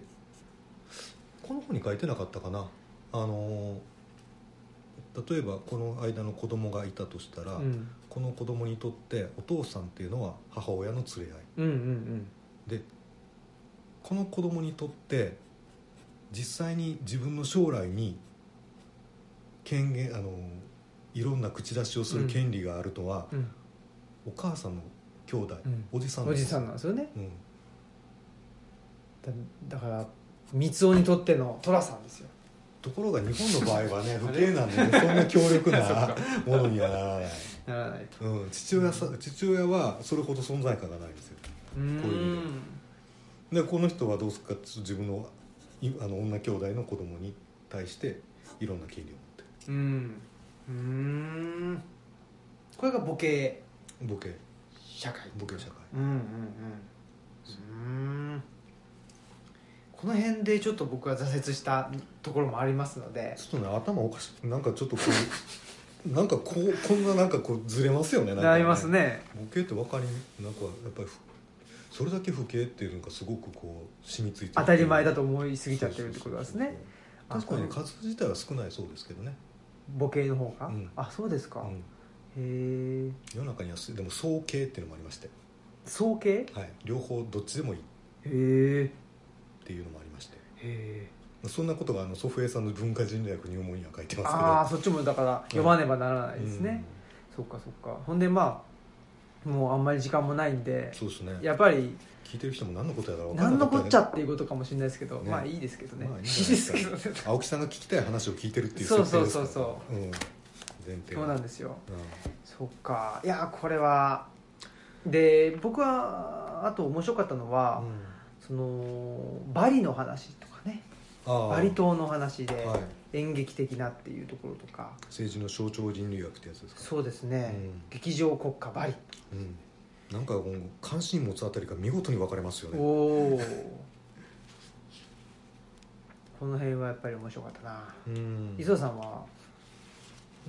B: この本に書いてなかったかなあの例えばこの間の子供がいたとしたら、
A: うん
B: この子供にとってお父さんっていうのは母親の連れ合
A: う
B: い
A: んうん
B: でこの子供にとって実際に自分の将来に権限あのいろんな口出しをする権利があるとは、
A: うんうん
B: お母さんの兄弟、
A: うん
B: おじさんの
A: おじさんなんですよね
B: うん、
A: だだから三尾にとっての寅さんですよ
B: ところが日本の場合 はね不敬なんでねそんな強力なものにはならない、
A: ならないと
B: うん、父親さ父親はそれほど存在感がないんですよ
A: うーん
B: こういうでこの人はどうするかっていうと自分のいあの女兄弟の子供に対していろんな権利を持ってる
A: うんうーんこれがボケ
B: ボケ
A: 社会
B: ボケ社会
A: うんうんうんうーんこの辺でちょっと僕は挫折したところもありますので
B: ちょっとね頭おかしくなんかちょっとこ うなんかこうこんななんかこうずれますよねんか
A: なりますね
B: ボケってわかりなんかやっぱりふそれだけ不敬っていうのがすごくこう染みついてる
A: 当たり前だと思いすぎちゃってるってことなんですね
B: そうそうそうそう確
A: あ
B: かに数自体は少ないそうですけどね、
A: ボケの方が、
B: うん
A: あそうです
B: う
A: か、へ
B: ん、
A: え
B: 世の中にはすでも総計っていうのもありまして、
A: 総計
B: はい、両方どっちでもいいっ
A: へえ
B: ていうのもありまして
A: へえ
B: そんなことがあの祖父江さんの文化人類学入門には書いてますけど
A: ああそっちもだから読まねばならないですね、そっかそっかほんでまあもうあんまり時間もないんで
B: うんそうですね
A: やっぱり
B: 聞いてる人も何のことやら分かん
A: 何
B: な
A: の
B: か
A: こっ
B: っ
A: ちゃ
B: たね
A: っていうことかもしれないですけど、
B: ね
A: まあいいですけどね、
B: まあいい
A: い
B: ん
A: い
B: じゃない
A: で
B: です
A: すけ
B: か
A: どね
B: 青木さんが聞きたい話を聞いてるっていう
A: そう
B: 設
A: そう
B: 定ですから
A: そう
B: うん前提
A: そうなんですよ
B: うん
A: そっかいやこれはで僕はあと面白かったのは、
B: うん
A: そのバリの話とかね
B: ああ
A: バリ島の話で
B: はい
A: 演劇的なっていうところとか、
B: 政治の象徴人類学ってやつですか
A: そうですね、
B: うん
A: 劇場国家バリ
B: うんなんかこう関心持つあたりが見事に分かれますよね
A: おおこの辺はやっぱり面白かったな、
B: うん
A: 磯田さんは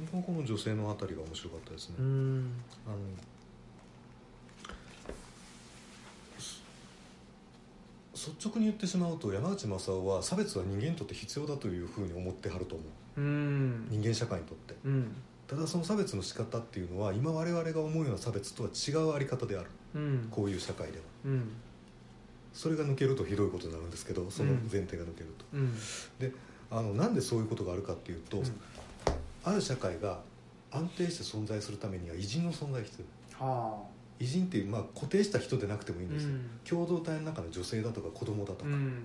B: 僕はこの女性のあたりが面白かったですね
A: うん
B: あのそ率直に言ってしまうと山内正夫は差別は人間にとって必要だというふうに思ってはると思う
A: うん
B: 人間社会にとって
A: うん
B: ただその差別の仕方っていうのは今我々が思うような差別とは違うあり方である
A: うん
B: こういう社会では
A: うん
B: それが抜けるとひどいことになるんですけどその前提が抜けると、
A: うん
B: あのなんでそういうことがあるかっていうと、
A: うん
B: ある社会が安定して存在するためには偉人の存在が必要
A: は
B: 偉人っていう、まあ、固定した人でなくてもいい
A: あ
B: んですよ、共同体の中の女性だとか子供だと
A: う
B: か、
A: ん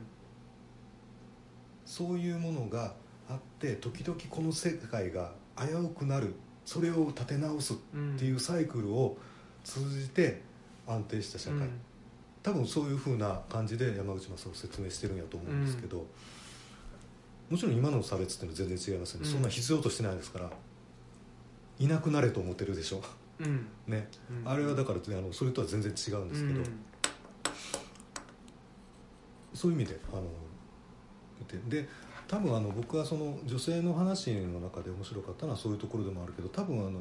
B: そういうものがあって時々この世界が危うくなるそれを立て直すっ
A: うん
B: ていうサイクルを通じて安定した社会、
A: うん
B: 多分そういうふうな感じで山口正夫説明してるんやと思うんですけど、もちろん今の差別っていうのは全然違いますよね、
A: うん
B: そんな必要としてないですからいなくなれと思ってるでしょ
A: うん
B: ね、
A: うん
B: あれはだからあのそれとは全然違うんですけど、
A: うん
B: そういう意味であのでで多分あの僕はその女性の話の中で面白かったのはそういうところでもあるけど多分あの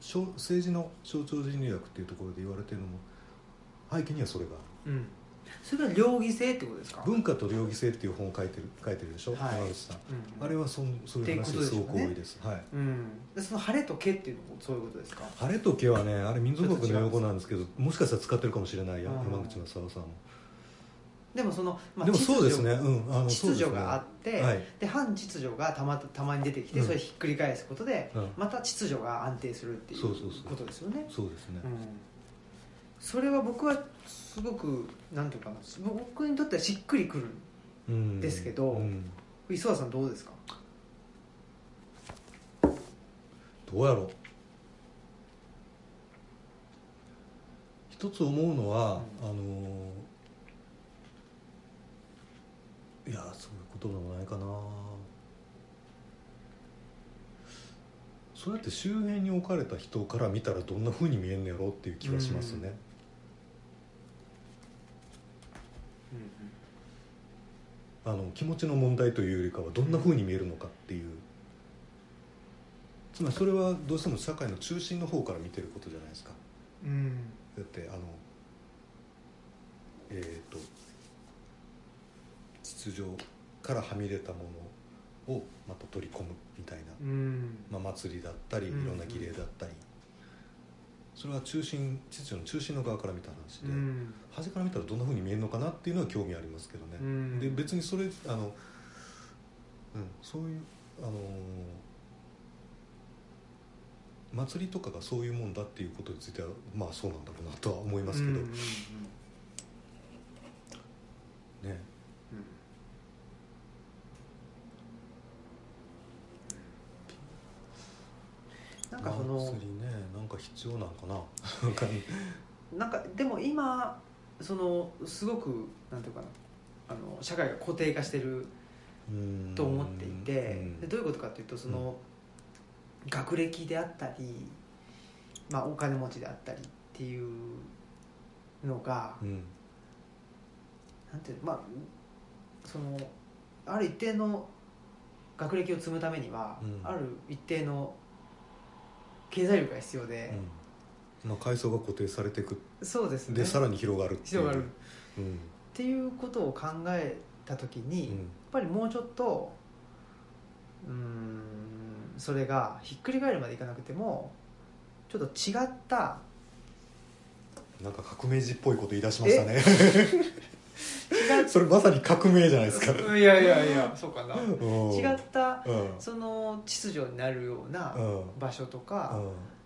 B: 象政治の象徴人類学っていうところで言われてるのも背景にはそれがある
A: うんそれが両義性ってことですか
B: 文化と両義性っていう本を書いてる書いてるでしょ、
A: はい
B: 山口さん
A: うん
B: あれはそんそういう話がすごく多いですはい
A: うんでその晴れとけっていうのもそういうことですか
B: 晴れとけはねあれ民族学の用語なんですけどもしかしたら使ってるかもしれないや
A: うん
B: 山口正夫さんも、
A: でもそのまあ
B: でもそうですね
A: 秩
B: うんあのそ
A: 序
B: う
A: 秩
B: ですね
A: 序があって
B: はい、
A: で反秩序がたまたたまに出てきて、
B: うん
A: それひっくり返すことで
B: うん、
A: また秩序が安定するっていう
B: そうそうそう
A: ことですよね
B: そうですね、
A: うんそれは僕はすごくなんていうかな僕にとってはしっくりくる
B: うん
A: ですけど
B: うん
A: 磯田さんどうですか
B: どうやろう一つ思うのは、あのーいやそういうことでもないかなそうやって周辺に置かれた人から見たらどんなふうに見えんのやろうっていう気がしますね、あの気持ちの問題というよりかはどんなふうに見えるのかっていう、つまりそれはどうしても社会の中心の方から見てることじゃないですか
A: うん、うん
B: だってあのえっ、と秩序からはみ出たものをまた取り込むみたいな、
A: うん
B: まあ、祭りだったりい
A: うん
B: ろんな儀礼だったり、それは中心秩序の中心の側から見た話
A: う
B: で、
A: ん
B: 端から見たらどんなふうに見えるのかなっていうのは興味ありますけどね、
A: うん
B: で別にそれあの、うん、そういう、あのー祭りとかがそういうもんだっていうことについてはまあそうなんだろうなとは思いますけど、
A: うんうんうん
B: ね
A: なんかその
B: 祭りねなんか必要なん かななんか
A: なんかでも今そのすごくなんていうかなあの社会が固定化してる
B: うん
A: と思っていて、
B: うん
A: でどういうことかというとその、学歴であったり、まあ、お金持ちであったりっていうのが、
B: うん
A: なんていうのまあそのある一定の学歴を積むためには、
B: うん
A: ある一定の経済力が必要で、
B: うんまあ、階層が固定されていく
A: そうですね
B: でさらに広がるっていう
A: 必要があるっ
B: うん
A: ていうことを考えた時に、や
B: う
A: っ
B: ん
A: ぱりもうちょっとうーんそれがひっくり返るまでいかなくてもちょっと違った
B: なんか革命児っぽいこと言い出しまし たね それまさに革命じゃな いですか
A: いやいやいやそうかな
B: 違
A: 違った
B: うん
A: その秩序になるような
B: うん
A: 場所とか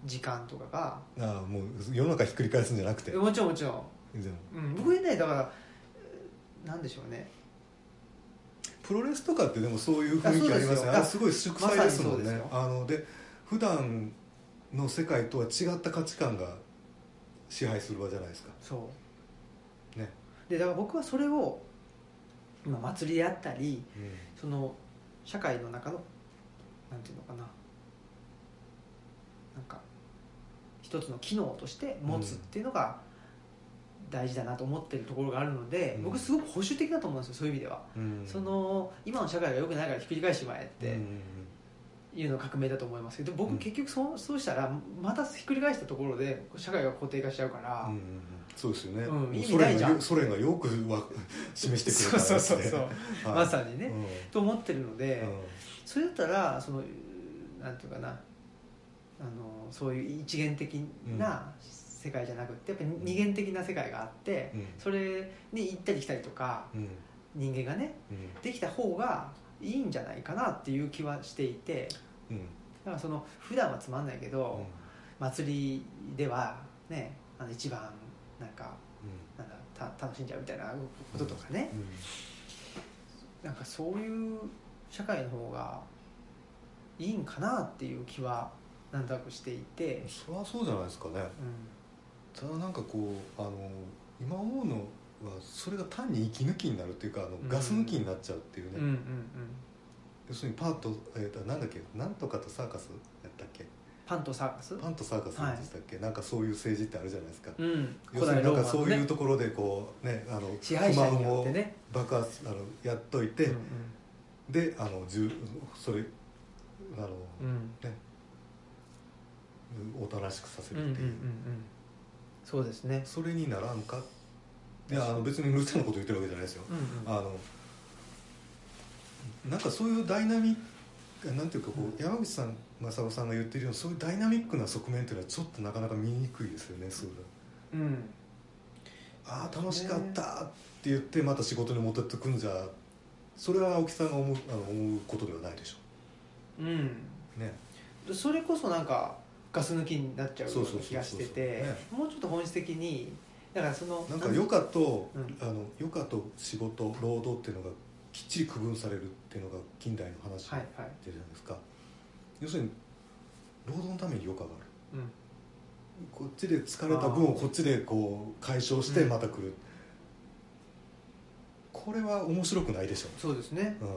A: 時間とかが
B: うんああもう世の中ひっくり返すんじゃなくて
A: もちろんもちろん、
B: でも
A: うん、僕ねだからえーなんでしょうね
B: プロレスとかってでもそういう雰囲気ありますね
A: あ
B: あすごい祝祭ですも
A: ま
B: ん
A: さにそう
B: ね
A: ですよ
B: あので普段の世界とは違った価値観が支配する場じゃないですか
A: そう
B: ね
A: でだから僕はそれを今祭りであったりその社会の中のなんていうのかななんか一つの機能として持つっていうのが大事だなと思ってるところがあるので、
B: うん
A: 僕すごく保守的だと思うんですよそういう意味では、
B: うん
A: その今の社会が良くないからひっくり返してしまえっ
B: うん
A: て、いうのが革命だと思いますけど僕
B: うん
A: 結局そうそうしたらまたひっくり返したところで社会が固定化しちゃうから、
B: うんうんそうですよね、
A: うん意味
B: ソ
A: ない
B: 連
A: じ
B: が
A: ゃん
B: よソ連がよくわ 示してく
A: そう
B: れた
A: そう
B: やつ
A: そうそ
B: で
A: う、
B: はい
A: まさにね、
B: うん
A: と思ってるので、
B: うん
A: それだったらそのなんていうかなあのそういう一元的な世界じゃなくてやっぱり二元的な世界があって、
B: うん
A: それに行ったり来たりとか
B: うん
A: 人間がね
B: うん
A: できた方がいいんじゃないかなっていう気はしていて
B: うん
A: だからその普段はつまんないけ
B: うん
A: ど、祭りではねあの一番なんかなんだた楽しんじゃうみたいなこととかね、
B: うん
A: なんかそういう社会の方がいいんかなっていう気はなんとなくしていて
B: うん、それはそうじゃないですかねただなんかこうあの今思うのはそれが単に息抜きになるっていうかあの
A: うん
B: ガス抜きになっちゃうっていうね、
A: うん、うんうんうん
B: 要するにパート、えーと、なんだっけなんとかとサーカスやったっけ
A: パンとサーカス
B: パンとサーカスでしたっけ、なんかそういう政治ってあるじゃないですか、
A: うん
B: 要するになんかそういう
A: ね
B: ところでこうねあの
A: 支配
B: 不
A: 者
B: 満
A: によっ
B: を
A: てね
B: 爆発あのやっといて、
A: うん
B: であのじゅそれあの、
A: うんうん
B: おとなしくさせ
A: うんうんうん
B: るっていう、
A: うんそうですね
B: それにならんかいやあの別に無茶なこと言ってるわけじゃないですよ、
A: うんうん
B: あのなんかそういうダイナミックなんていうかこう、
A: うん
B: 山口さん正雄さんが言ってるようなそういうダイナミックな側面っていうのはちょっとなかなか見にくいですよねそうだ
A: うん
B: ああ楽しかったって言ってまた仕事に戻ってくんじゃそれは青木さんが思うあの思うことではないでしょ
A: うん
B: うね
A: それこそなんかガス抜きになっちゃうよう
B: そ
A: な
B: うそうそうそう
A: 気がしてて
B: ね
A: もうちょっと本質的にだからその
B: なんか余暇と、
A: うん
B: あの余暇と仕事労働っていうのがきっちり区分されるっていうのが近代の話
A: はいはい
B: ってるじゃないですか、要するに労働のために余暇がある
A: うん
B: こっちで疲れた分をこっちでこう解消して
A: うん
B: また来る、これは面白くないでしょ
A: そうですね
B: う、うん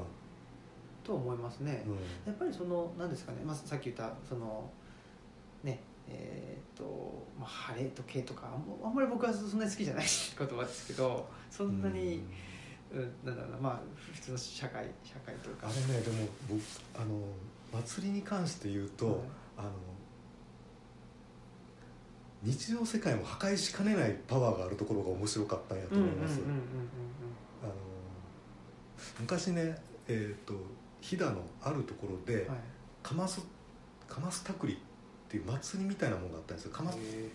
A: と思いますね、
B: うん
A: やっぱりその何ですかね、まあ、さっき言ったそのねえーっと、まあ、晴れ時計とかあんまあんまり僕はそんなに好きじゃない言葉ですけどそんなに、うんなんだろうなまあ普通の社会社会という
B: あ
A: か
B: れねでも僕あの祭りに関して言うと、
A: はい
B: あの日常世界も破壊しかねないパワーがあるところが面白かったんやと
A: うんうん
B: 思
A: うん
B: い
A: うんうん
B: ます、あの昔ねえっ、と飛騨のあるところで、
A: うんはい
B: カマスカマスタクリっていう祭りみたいなものがあったんですよカマス
A: へ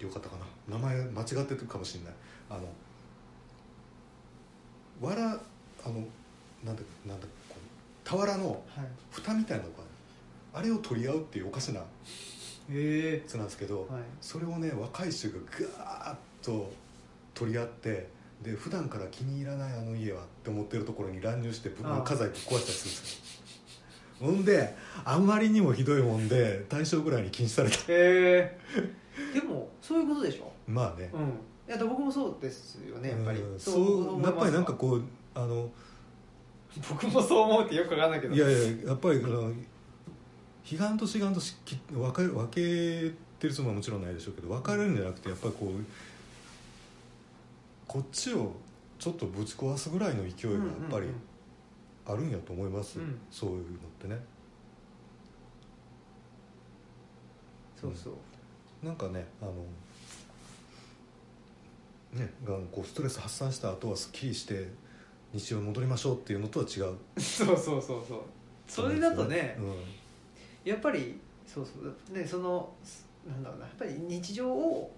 B: よかったかな名前間違ってるかもしれないあのわらあのなんだなんだこう俵の
A: ーはい
B: 蓋みたいなのがあるあれを取り合うっていうおかしなや
A: え
B: つなんですけど、
A: はい
B: それをね若い衆がガーッと取り合ってで普段から気に入らないあの家はって思ってるところに乱入してぶ
A: ああ
B: 家財ぶっ壊したりするんですよほんであんまりにもひどいもんで大正ぐらいに禁止された
A: えー、でもそういうことでしょ
B: まあね
A: うんいや僕もそうですよねやっぱり
B: うん
A: そ
B: そう
A: 思
B: や
A: い
B: っ
A: ます
B: ぱりなんかこうあの
A: 僕もそう思うってよくわかんないけど
B: いやいややっぱりあの悲願と志願としき分かれ分けてるつもりはもちろんないでしょうけど分かれるんじゃなくてやっぱりこうこっちをちょっとぶち壊すぐらいの勢いがやっぱりあるんやと思います、
A: うん
B: そういうのってね
A: そうそう
B: なんかねあのねがこうストレス発散した後はすっきりして日常に戻りましょうっていうのとは違う
A: そうそうそうそうそれだとね、
B: うん
A: やっぱりそうそうねそのすなんだろうなやっぱり日常を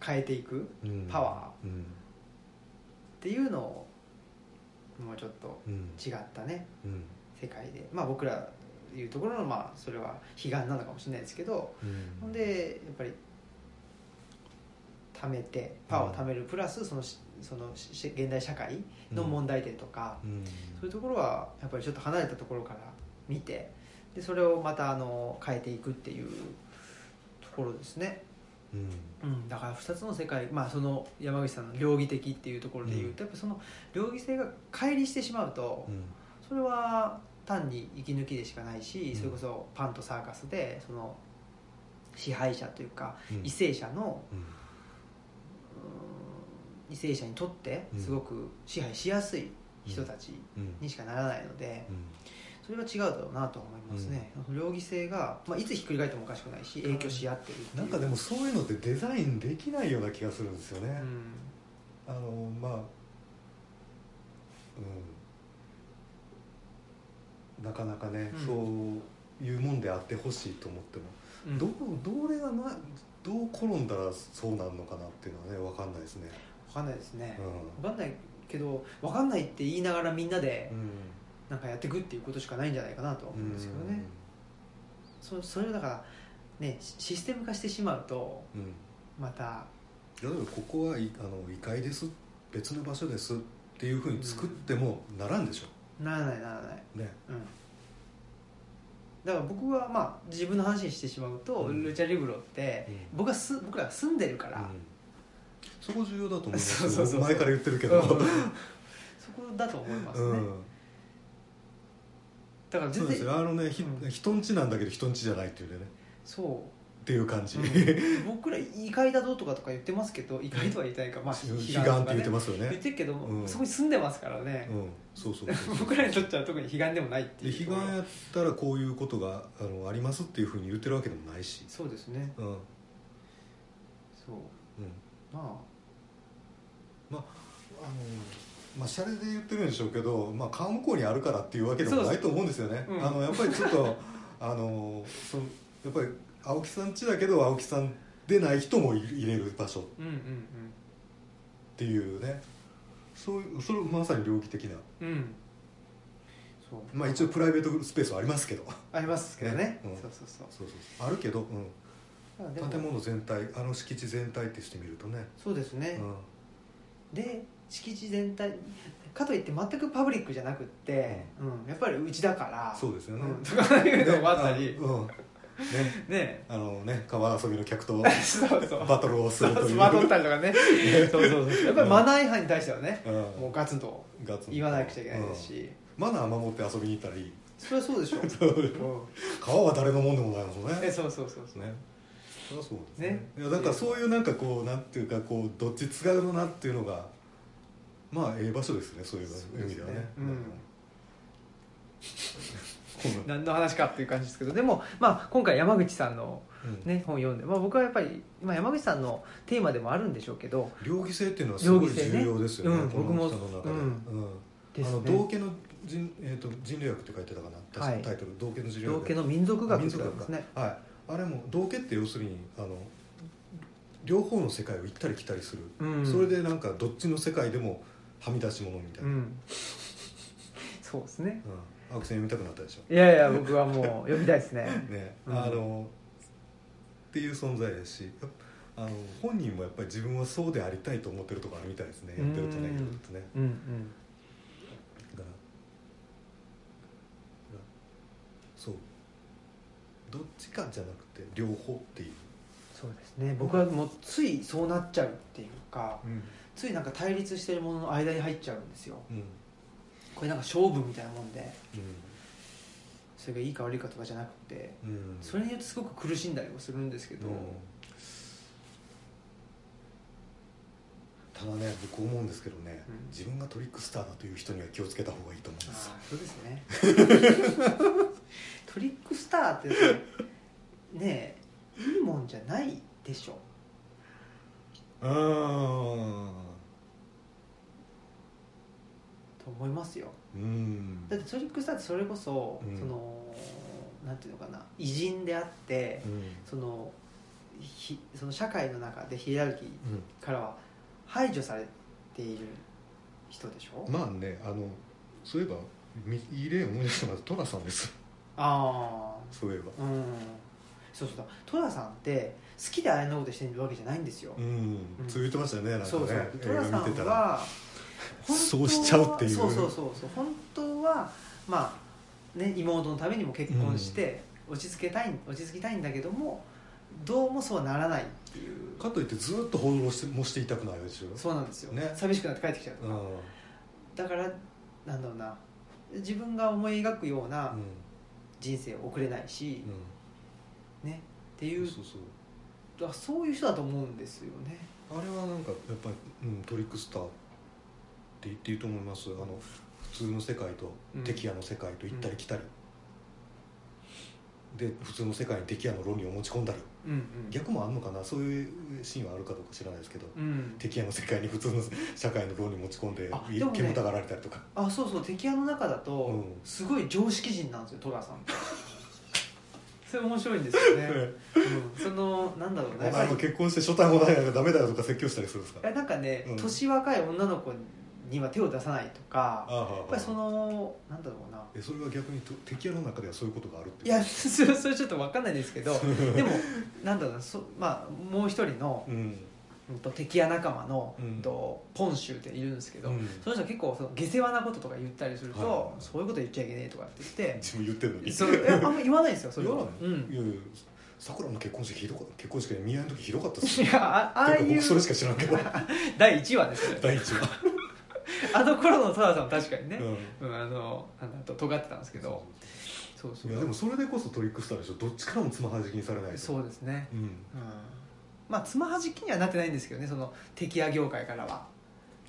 A: 変えていくっ
B: うん
A: パワ
B: ーうん
A: ていうのをもうちょっと
B: うん
A: 違ったね
B: うん
A: 世界でまあ僕らいうところのまあそれは悲願なのかもしれないですけど
B: うん
A: ほんでやっぱり貯めてパワーを貯めるプラスそのしそのしし現代社会の問題点とか、
B: うん
A: そういうところはやっぱりちょっと離れたところから見てでそれをまたあの変えていくっていうところですね、
B: うん
A: うん、だから2つの世界、まあ、その山口さんの両義的っていうところでいうと、やっぱその両義性が乖離してしまうと、
B: うん
A: それは単に息抜きでしかないし、
B: うん
A: それこそパンとサーカスでその支配者というか
B: うん
A: 為政者の
B: うん
A: うん為政者にとってすごく支配しやすい人たち
B: うん
A: にしかならないので。
B: うん
A: それが違うだろうなとは思いますね、両義性が、まあ、いつひっくり返ってもおかしくないし影響し合ってるっていう
B: なんかでもそういうのってデザインできないような気がするんですよね、
A: うん
B: あのまあうんなかなかね、
A: うん
B: そういうもんであってほしいと思っても、
A: うん
B: どうどれがなどう転んだらそうなるのかなっていうのはね分かんないですね、
A: 分かんないですね、
B: う
A: 分かんないけど分かんないって言いながらみんなで
B: ん
A: なんかやっていくっていうことしかないんじゃないかなとは
B: う
A: 思うん
B: ん
A: ですけどね、そそれをだからねシシステム化してしまうと
B: うんうん
A: また
B: 例えばここはいあの異界です別の場所ですっていうふうに作ってもならんでしょ
A: ならないならない、
B: ね
A: うん、だから僕はまあ自分の話にしてしまうと、
B: うん
A: ルチャリブロって、
B: うん
A: 僕はす僕らが住んでるから、
B: うんそこ重要だと思います
A: そうそうそう
B: 僕前から言ってるけ
A: う
B: ど
A: んそこだと思いますね、
B: うん
A: だから
B: そ
A: 全
B: うです
A: 然
B: よあのね、ひ
A: うん
B: 人んちなんだけど人んちじゃないっていうね
A: そう
B: っていう感じ、
A: うん僕ら異界だどうとかとか言ってますけど異界とは言いたいかまあ
B: 悲
A: 悲
B: 願って言って
A: す
B: ますよね
A: 言ってるけど、
B: うん
A: そこに住んでますからね
B: う、んそうそうそう
A: 僕らにとっては特に悲願でもないって
B: で
A: い
B: 悲
A: う
B: 願やったらこういうことがあのありますっていうふうに言ってるわけでもないし、
A: そうですね
B: うんうん、
A: そうま
B: あのまあシャレで言ってるんでしょうけど、まあ、川向こうにあるからっていうわけでもないと思うんですよね、
A: そうそううん
B: あのやっぱりちょっと あのそのやっぱり青木さん家だけど青木さんでない人も入れる場所っ
A: あうんうん
B: ていうねそういうそれまさに猟奇的な
A: うんうんそう
B: まあ一応プライベートスペースはありますけど
A: ありますけどね
B: ねうん
A: そうそうそう
B: そうそうそうあるけど、うん
A: まあでも
B: 建物全体あの敷地全体ってしてみるとね、
A: そうです
B: う
A: ね、
B: ん
A: で敷地全体かといって全くパブリックじゃなくって、うんやっぱりうちだから
B: そうですよね
A: んとかいう のもあったり
B: ねあうんね
A: ね
B: あのね川遊びの客と
A: そうそう
B: バトルをす
A: そ
B: ると
A: う
B: いう
A: スマートったりとかね そうそうそうやっぱりマナー違反に対してはね、
B: うん
A: もうガツンと
B: ガツン
A: 言わなくちゃいけないですし、
B: うんマナー守って遊びに行ったらいい
A: それはそうでしょ、
B: そう
A: う
B: 川は誰のもんでもないもん
A: ん、え
B: ね
A: そうそうそうそう、
B: ねそりゃそうです
A: ね
B: いやだからそういうなんかこうなんていうかこうどっち使うのなっていうのがまあええ場所ですねそういう意味ではね
A: そう
B: うんこんな
A: 何の話かっていう感じですけどでも、まあ、今回山口さんの、
B: うん
A: ね、本を読んで、まあ、僕はやっぱり、まあ、山口さんのテーマでもあるんでしょうけど
B: 両義性っていうのはすごい
A: 両義性
B: 重
A: ね
B: 要ですよね
A: うん
B: この
A: 僕も
B: 人の中で、
A: うん
B: うん
A: です
B: あ
A: ね
B: の道家の人,、えー、と人類学って書いてたかな、確か
A: はい
B: タイトル道家の人類
A: 道
B: 学
A: 家の民族学
B: 民
A: って
B: 族
A: こ
B: 学
A: と
B: か
A: ですね
B: はいあれも道家って要するにあの両方の世界を行ったり来たりする、
A: うん
B: それでなんかどっちの世界でもはみ出し物みたいうな、うん
A: ん そうですね
B: 青木さん読みたくなったでし
A: いやいや僕はもう読みたいですね
B: ょね、
A: うん
B: あのっていう存在ですしやっぱあの本人もやっぱり自分はそうでありたいと思ってるとこあるみたいですねやってるとね
A: うん
B: いろいろとね
A: うんうん
B: だからそうどっちかじゃなくて両方っていう、
A: そうですね僕はもうついそうなっちゃうっていうか
B: うん
A: ついなんか対立してるものの間に入っちゃうんですよこれなんか勝負みたいなもんでそれがいいか悪いかとかじゃなくて
B: うんうん、
A: それによってすごく苦しんだりもするんですけど、
B: ただね僕思うんですけどね、
A: うん
B: 自分がトリックスターだという人には気をつけた方がいいと思うん
A: あ
B: です
A: あそうですね トリックスターってねねえいいもんじゃないでしょ
B: うー
A: と思いますよ
B: ん
A: だってトリックスターってそれこそ、
B: うん
A: そのなんていうのかな偉人であって、
B: うん
A: そのひその社会の中でヒエラルキー
B: うん
A: からは排除されている人でしょ、
B: まあねあのそういえばみいい例を思い出してます寅さんです
A: あ
B: そういえば
A: あうんそうそうだ寅さんって好きであれのことしてるわけじゃないんですよ、
B: うん、
A: うん
B: そう言ってましたよねなんかね
A: そうそう
B: 映
A: 寅さ
B: 画見てた
A: ん
B: ら
A: は本当は
B: そうしちゃうっていう
A: そうそうそうそう本当はまあね妹のためにも結婚して落ち着けたい、落ち着きたいんだけどもどうもそうはならないっていう
B: かといってずっと報道してもしていたくないでしょ
A: そうなんですよ、
B: ね
A: 寂しくなって帰ってきちゃうと
B: う
A: か、
B: ん
A: だからなんだろうな自分が思い描くような人生を送れないし、ねって
B: う
A: い
B: ん、
A: う
B: そうそう
A: だからそういう人だと思うんですよね
B: あれはなんかやっぱり、うん、トリックスターって言っていいと思いますあの通の世界と
A: うん
B: 敵屋の世界と行ったり来たり、で普通の世界に敵屋の論理を持ち込んだり
A: うんうん
B: 逆もあんのかなそういうシーンはあるかどうか知らないですけど、
A: うん
B: 敵屋の世界に普通の 社会の論理持ち込んで
A: あ
B: い
A: でもね
B: 煙たがられたりとか
A: あそうそう敵屋の中だと、
B: うん
A: すごい常識人なんですよ寅さ んってそれ面白いんですよね、うん、そのなんだろうな
B: お
A: やっぱ
B: 前
A: り
B: も結婚して初対もないからダメだよとか説教したりするんですか
A: えなんかね、
B: うん
A: 年若い女の子には手を出さないとか
B: ああ
A: やっぱりそのなんだろう な
B: えそれは逆にと敵屋の中ではそういうことがあるって
A: いやそれそれちょっと分かんないですけどでもなんだろうなそ、まあ、もう一人の、
B: うん
A: うん、と敵屋仲間の、
B: うん
A: うんとポンシューっているんですけど、
B: うん
A: その人は結構その下世話なこととか言ったりすると、
B: はい
A: そういうこと言っちゃいけねえとかって 言って
B: 自分言ってるのに
A: そうえあんま言わないんですよそれは
B: 言わな
A: う
B: い
A: ん
B: いやいやさくらの結婚式ひどかった結婚式で見合いの時ひどかったっす
A: い
B: よ
A: やあ ああ
B: てか
A: いう
B: 僕それしか知らん けど
A: 第1話ですよ
B: 第一話
A: あの頃のトラさんは確かにね
B: う、ん
A: うんあのなんだと尖ってたんですけどそうそう
B: いやでもそれでこそトリックスターでしょどっちからもつまはじきにされないと
A: そうですね
B: うん
A: うんまあつまはじきにはなってないんですけどねその敵屋業界からは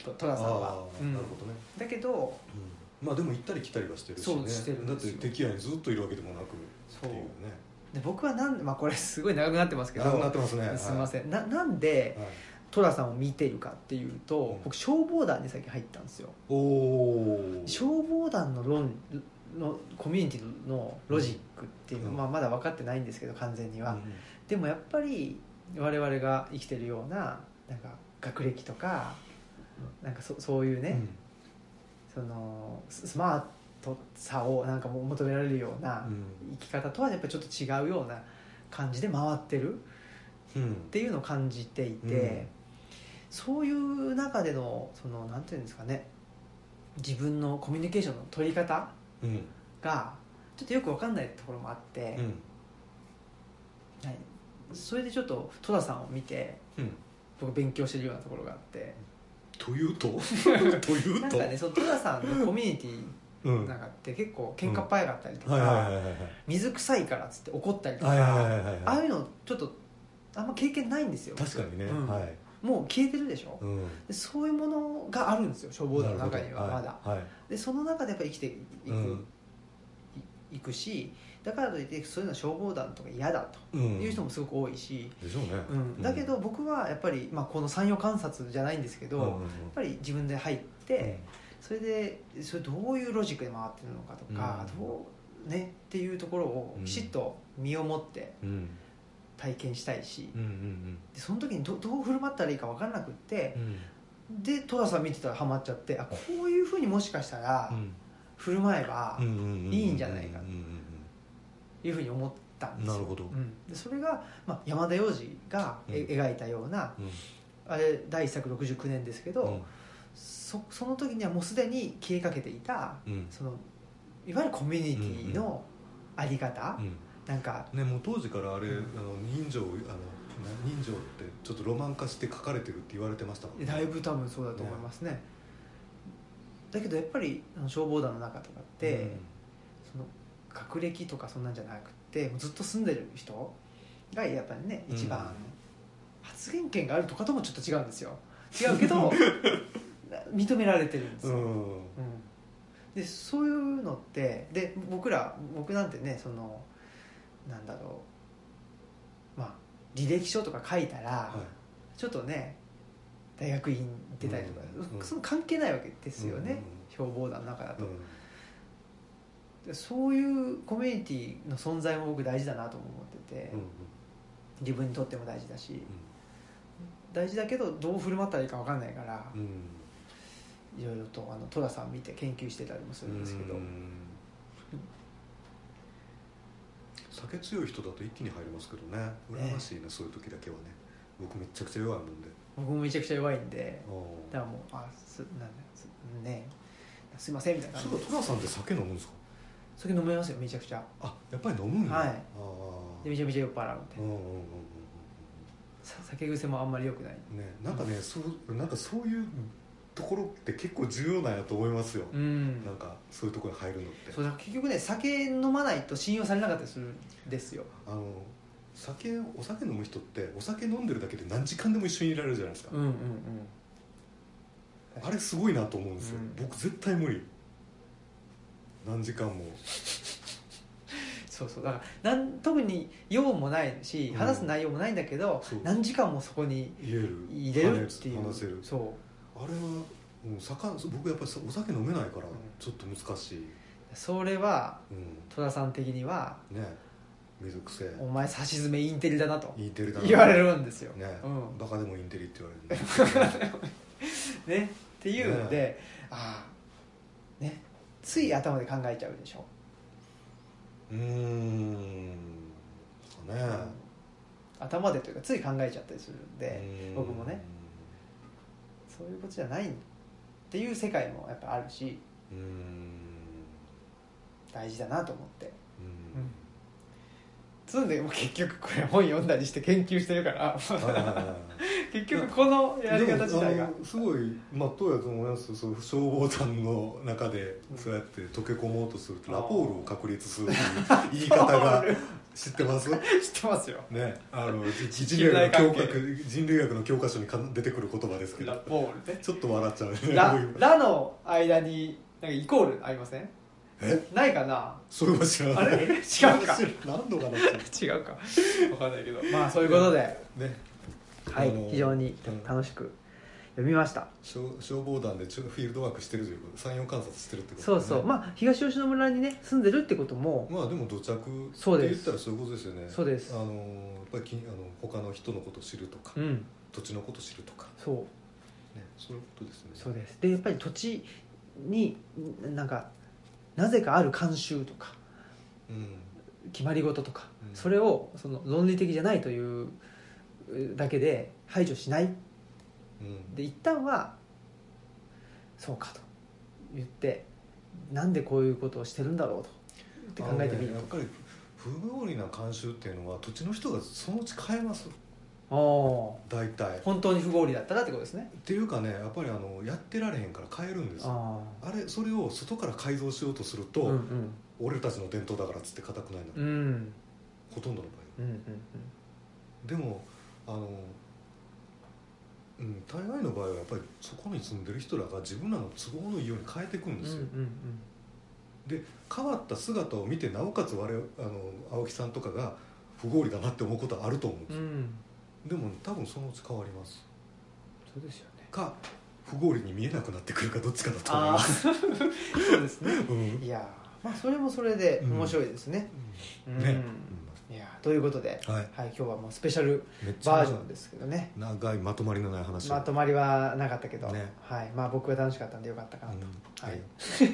A: とト
B: あ
A: ラ
B: あ
A: さんは、うん
B: なるほどね
A: だけど
B: うんまあでも行ったり来たりはしてるし
A: そう
B: ね
A: してるん
B: だっ
A: です
B: て
A: よ
B: 敵屋にずっといるわけでもなくっていうね
A: で僕はなんで、まあ、これすごい長くなってますけど
B: 長くなってますね
A: すみま
B: ん
A: せんななんでトラさんを見てるかっていうと、
B: ん
A: 僕消防団に先入ったんですよ
B: おお
A: 消防団の論のコミュニティのロジックっていうのは、
B: うん
A: まあ、まだ分かってないんですけど完全には、
B: う
A: でもやっぱり我々が生きてるようななんか学歴とかなんかそそういうね、
B: ん
A: そのススマートさをなんかもう求められるような生き方とはやっぱりちょっと違うような感じで回ってるっ
B: うん
A: ていうのを感じていて、
B: うん
A: そういう中でのそのなんていうんですかね自分のコミュニケーションの取り方
B: うん
A: がちょっとよく分かんないところもあって
B: う、ん
A: はい、それでちょっと戸田さんを見て
B: うん
A: 僕勉強してるようなところがあって
B: という とというと
A: なんかねその戸田さん のコミュニティ
B: うん
A: なんかって結構喧嘩っ早かったりと
B: はいはいはい
A: か
B: はいはい
A: 水臭いからっつって怒ったりと
B: はいはいは
A: か
B: いはい
A: ああ
B: はい
A: いうのちょっとあんま経験ないんですよ
B: 確かにね、
A: うん
B: はい、
A: もう消えてるでしょ
B: うん、
A: でそういうものがあるんですよ消防団の中にはま
B: なる
A: だ
B: ほどはいはい
A: でその中でやっぱり生きていく、
B: うん
A: いいくしだからといってそういうのは消防団とか嫌だ
B: う
A: と
B: ん、
A: いう人もすごく多いし、
B: でしょうね、
A: うん、だけど僕はやっぱり、まあ、この山陽観察じゃないんですけ
B: う
A: ど、
B: ん、
A: やっ
B: うん
A: ぱり自分で入って、それでそれどういうロジックで回ってるのかとか、
B: うん
A: どうねっていうところをきちっと身をもって
B: うんうん
A: 体験したいし、
B: うんうん
A: でその時にどどう振る舞ったらいいか分からなくって
B: うんう、ん
A: で寅さん見てたらハマっちゃってあこういうふうにもしかしたら振る舞えば
B: うんうんうん
A: いいんじゃないか
B: うん
A: いうふうに思ったん
B: う
A: で
B: ん、
A: すよ。
B: なるほど、
A: うんでそれが、まあ、山田洋次がえ
B: うん
A: 描いたような、
B: うん
A: あれ第一作69年ですけど、そその時にはもうすでに消えかけていた
B: うんうん
A: そのいわゆるコミュニティのあり方、
B: うん
A: なんか
B: ね、もう当時からあれ、
A: うん
B: あの人情あの人情ってちょっとロマン化して書かれてるって言われてましたもんね
A: だいぶ多分そうだと思いますねだけどやっぱりあの消防団の中とかって、その学歴とかそんなんじゃなくてもうずっと住んでる人がやっぱりね
B: うん
A: 一番、発言権があるとかともちょっと違うんですよ 違うけどな認められてるんです
B: う
A: よ、
B: ん、うん
A: うんでそういうのってで僕ら僕なんてねそのなんだろうまあ履歴書とか書いたら、
B: はい
A: ちょっとね大学院出たりとか、
B: うんうん
A: その関係ないわけですよね、消防団の中だと、でそういうコミュニティの存在も僕大事だなとも思ってて、
B: うんうん
A: 自分にとっても大事だし大事だけどどう振る舞ったらいいか分かんないから、
B: うんうん
A: いろいろとあの寅さん見て研究してたりもするんですけど、
B: うん酒強い人だと一気に入りますけどね羨ましいねそういう時だけはね僕めちゃくちゃ弱いもんで
A: 僕もめちゃくちゃ弱いんでだ
B: あ
A: からもうあすなんだすねすいませんみたいな
B: あ
A: 感じ
B: そう
A: で
B: だ寅さんって酒飲むんですか
A: 酒飲めますよめちゃくちゃ
B: あやっぱり飲むんだ、
A: はい
B: あ
A: でめちゃめちゃ酔っ払うみたいな
B: あうんうんうんうん
A: さ酒癖もあんまり良くない
B: うんねなんかね、そうなんかそういうところって結構重要なんやと思いますよ、
A: うん
B: なんかそういうところに入るのって
A: そうだから結局ね酒飲まないと信用されなかったりするんですよ
B: あの酒お酒飲む人ってお酒飲んでるだけで何時間でも一緒にいられるじゃないですか、
A: うんうんうん
B: あれすごいなと思うんですよ、
A: うん
B: 僕絶対無理何時間も
A: そうそうだからなん特に用もないし
B: うん
A: 話す内容もないんだけど、
B: そう
A: 何時間もそこに
B: 言える
A: 入れるっていう
B: 話せる
A: そう
B: あれはもう酒僕やっぱりお酒飲めないから
A: ん
B: ちょっと難しい、
A: それは
B: うん、
A: 戸田さん的には
B: ね水くせ
A: 「お前指し詰めインテリだな」と
B: インテリだな
A: 言われるんですよ。
B: ね、
A: うん
B: バカでもインテリって言われる
A: ね、っていうので、ああねつい頭で考えちゃうでしょ。
B: うーんね
A: 頭でというかつい考えちゃったりするんで、
B: うん
A: 僕もねそういうことじゃないっていう世界もやっぱあるし
B: うーん
A: 大事だなと思って
B: うん
A: うんそんでもう結局これ本読んだりして研究してる から
B: あ
A: 結局このや
B: ー
A: り
B: で
A: 方
B: も
A: 自体が
B: あのすごいまっとうやと思いますその消防団の中でそうやって溶け込もうとするとラポールを確立するという言い方が知ってます
A: 知ってますよ
B: ね、あのじ人
A: 信頼
B: 類学の
A: 関係
B: 教科人類学の教科書にか出てくる言葉ですけ
A: ラ
B: ど
A: ポールね
B: ちょっと笑っちゃうね
A: ラ
B: 僕今
A: ラの間になんかイコールありません
B: え
A: ないかな
B: それは知らない
A: あれ 違うか
B: 何度かな
A: 違うか分かんないけどまあそういうことで
B: ね
A: はい
B: あの
A: 非常に
B: うん
A: 楽しく読みました
B: 消消防団でちょフィールドワークしてるということ山陽観察してるってこと
A: そうそう
B: ま
A: まあ東吉野村にね住んでるってことも
B: まあでも土着って
A: そう
B: 言
A: で
B: っ
A: す
B: たらそういうことですよね
A: そうです
B: あのやっぱりきあの他の人のことを知るとか、
A: うん
B: 土地のことを知るとか、
A: そう
B: ね、そういうことですね
A: そうですでやっぱり土地になんかなぜかある慣習とか
B: うん
A: 決まり事とか、
B: うん
A: それをその論理的じゃないといううだけで排除しない
B: うん
A: で一旦はそうかと言ってなんでこういうことをしてるんだろうとって考えてみる
B: あのねやっぱり不合理な慣習っていうのは土地の人がそのうち変えます
A: ああ
B: 大体っ
A: 本当に不合理だったらってことですね
B: ていうかねやっぱりあのやってられへんから変えるんですよ
A: ああ
B: あれそれを外から改造しようとすると、
A: うんうん
B: 俺たちの伝統だからっつって固くないの、
A: うんうん
B: ほとんどの場
A: うんうん
B: 合でもあのうん大概の場合はやっぱりそこに住んでる人らが自分らの都合のいいように変えていくん
A: うん
B: で
A: うん
B: すよ、
A: うん
B: 変わった姿を見てなおかつ我々あの青木さんとかが不合理だなって思うことはあると思うんで
A: う
B: す、
A: ん
B: でも多分そのうち変わります
A: そうですよね
B: か不合理に見えなくなってくるかどっちかだと思
A: あ
B: い
A: あ
B: ます、
A: そうですね
B: うんうん
A: いやーまあそれもそれで面白いですね、うん
B: ね、
A: いやーということで、
B: うんはい
A: はい、今日はもうスペシャル
B: めっちゃ
A: バージョンですけどね
B: 長いまとまりのない話を
A: まとまりはなかったけど、
B: ね
A: はいまあ、僕は楽しかったんでよかったかなと
B: うん
A: は
B: はいい、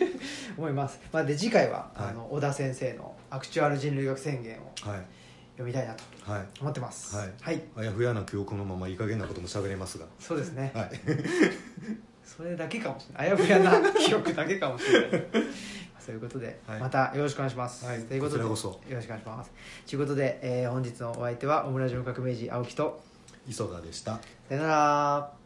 A: 思います、まあ、で次回は、
B: はい
A: あの小田先生の「アクチュアル人類学宣言」を
B: はい
A: 読みたいなと
B: はい
A: 思ってます
B: はい
A: はい、
B: あやふやな記憶のままいい加減なことも喋れますが
A: そうですね
B: はい
A: それだけかもしれないあやふやな記憶だけかもし れないそういうことで、
B: はい
A: またよろしくお願いします、
B: はい
A: ということで
B: こちらこそ
A: よろしくお願いしますということで、えー本日のお相手はオムラジオ革命児青木と
B: 磯田でした
A: さよなら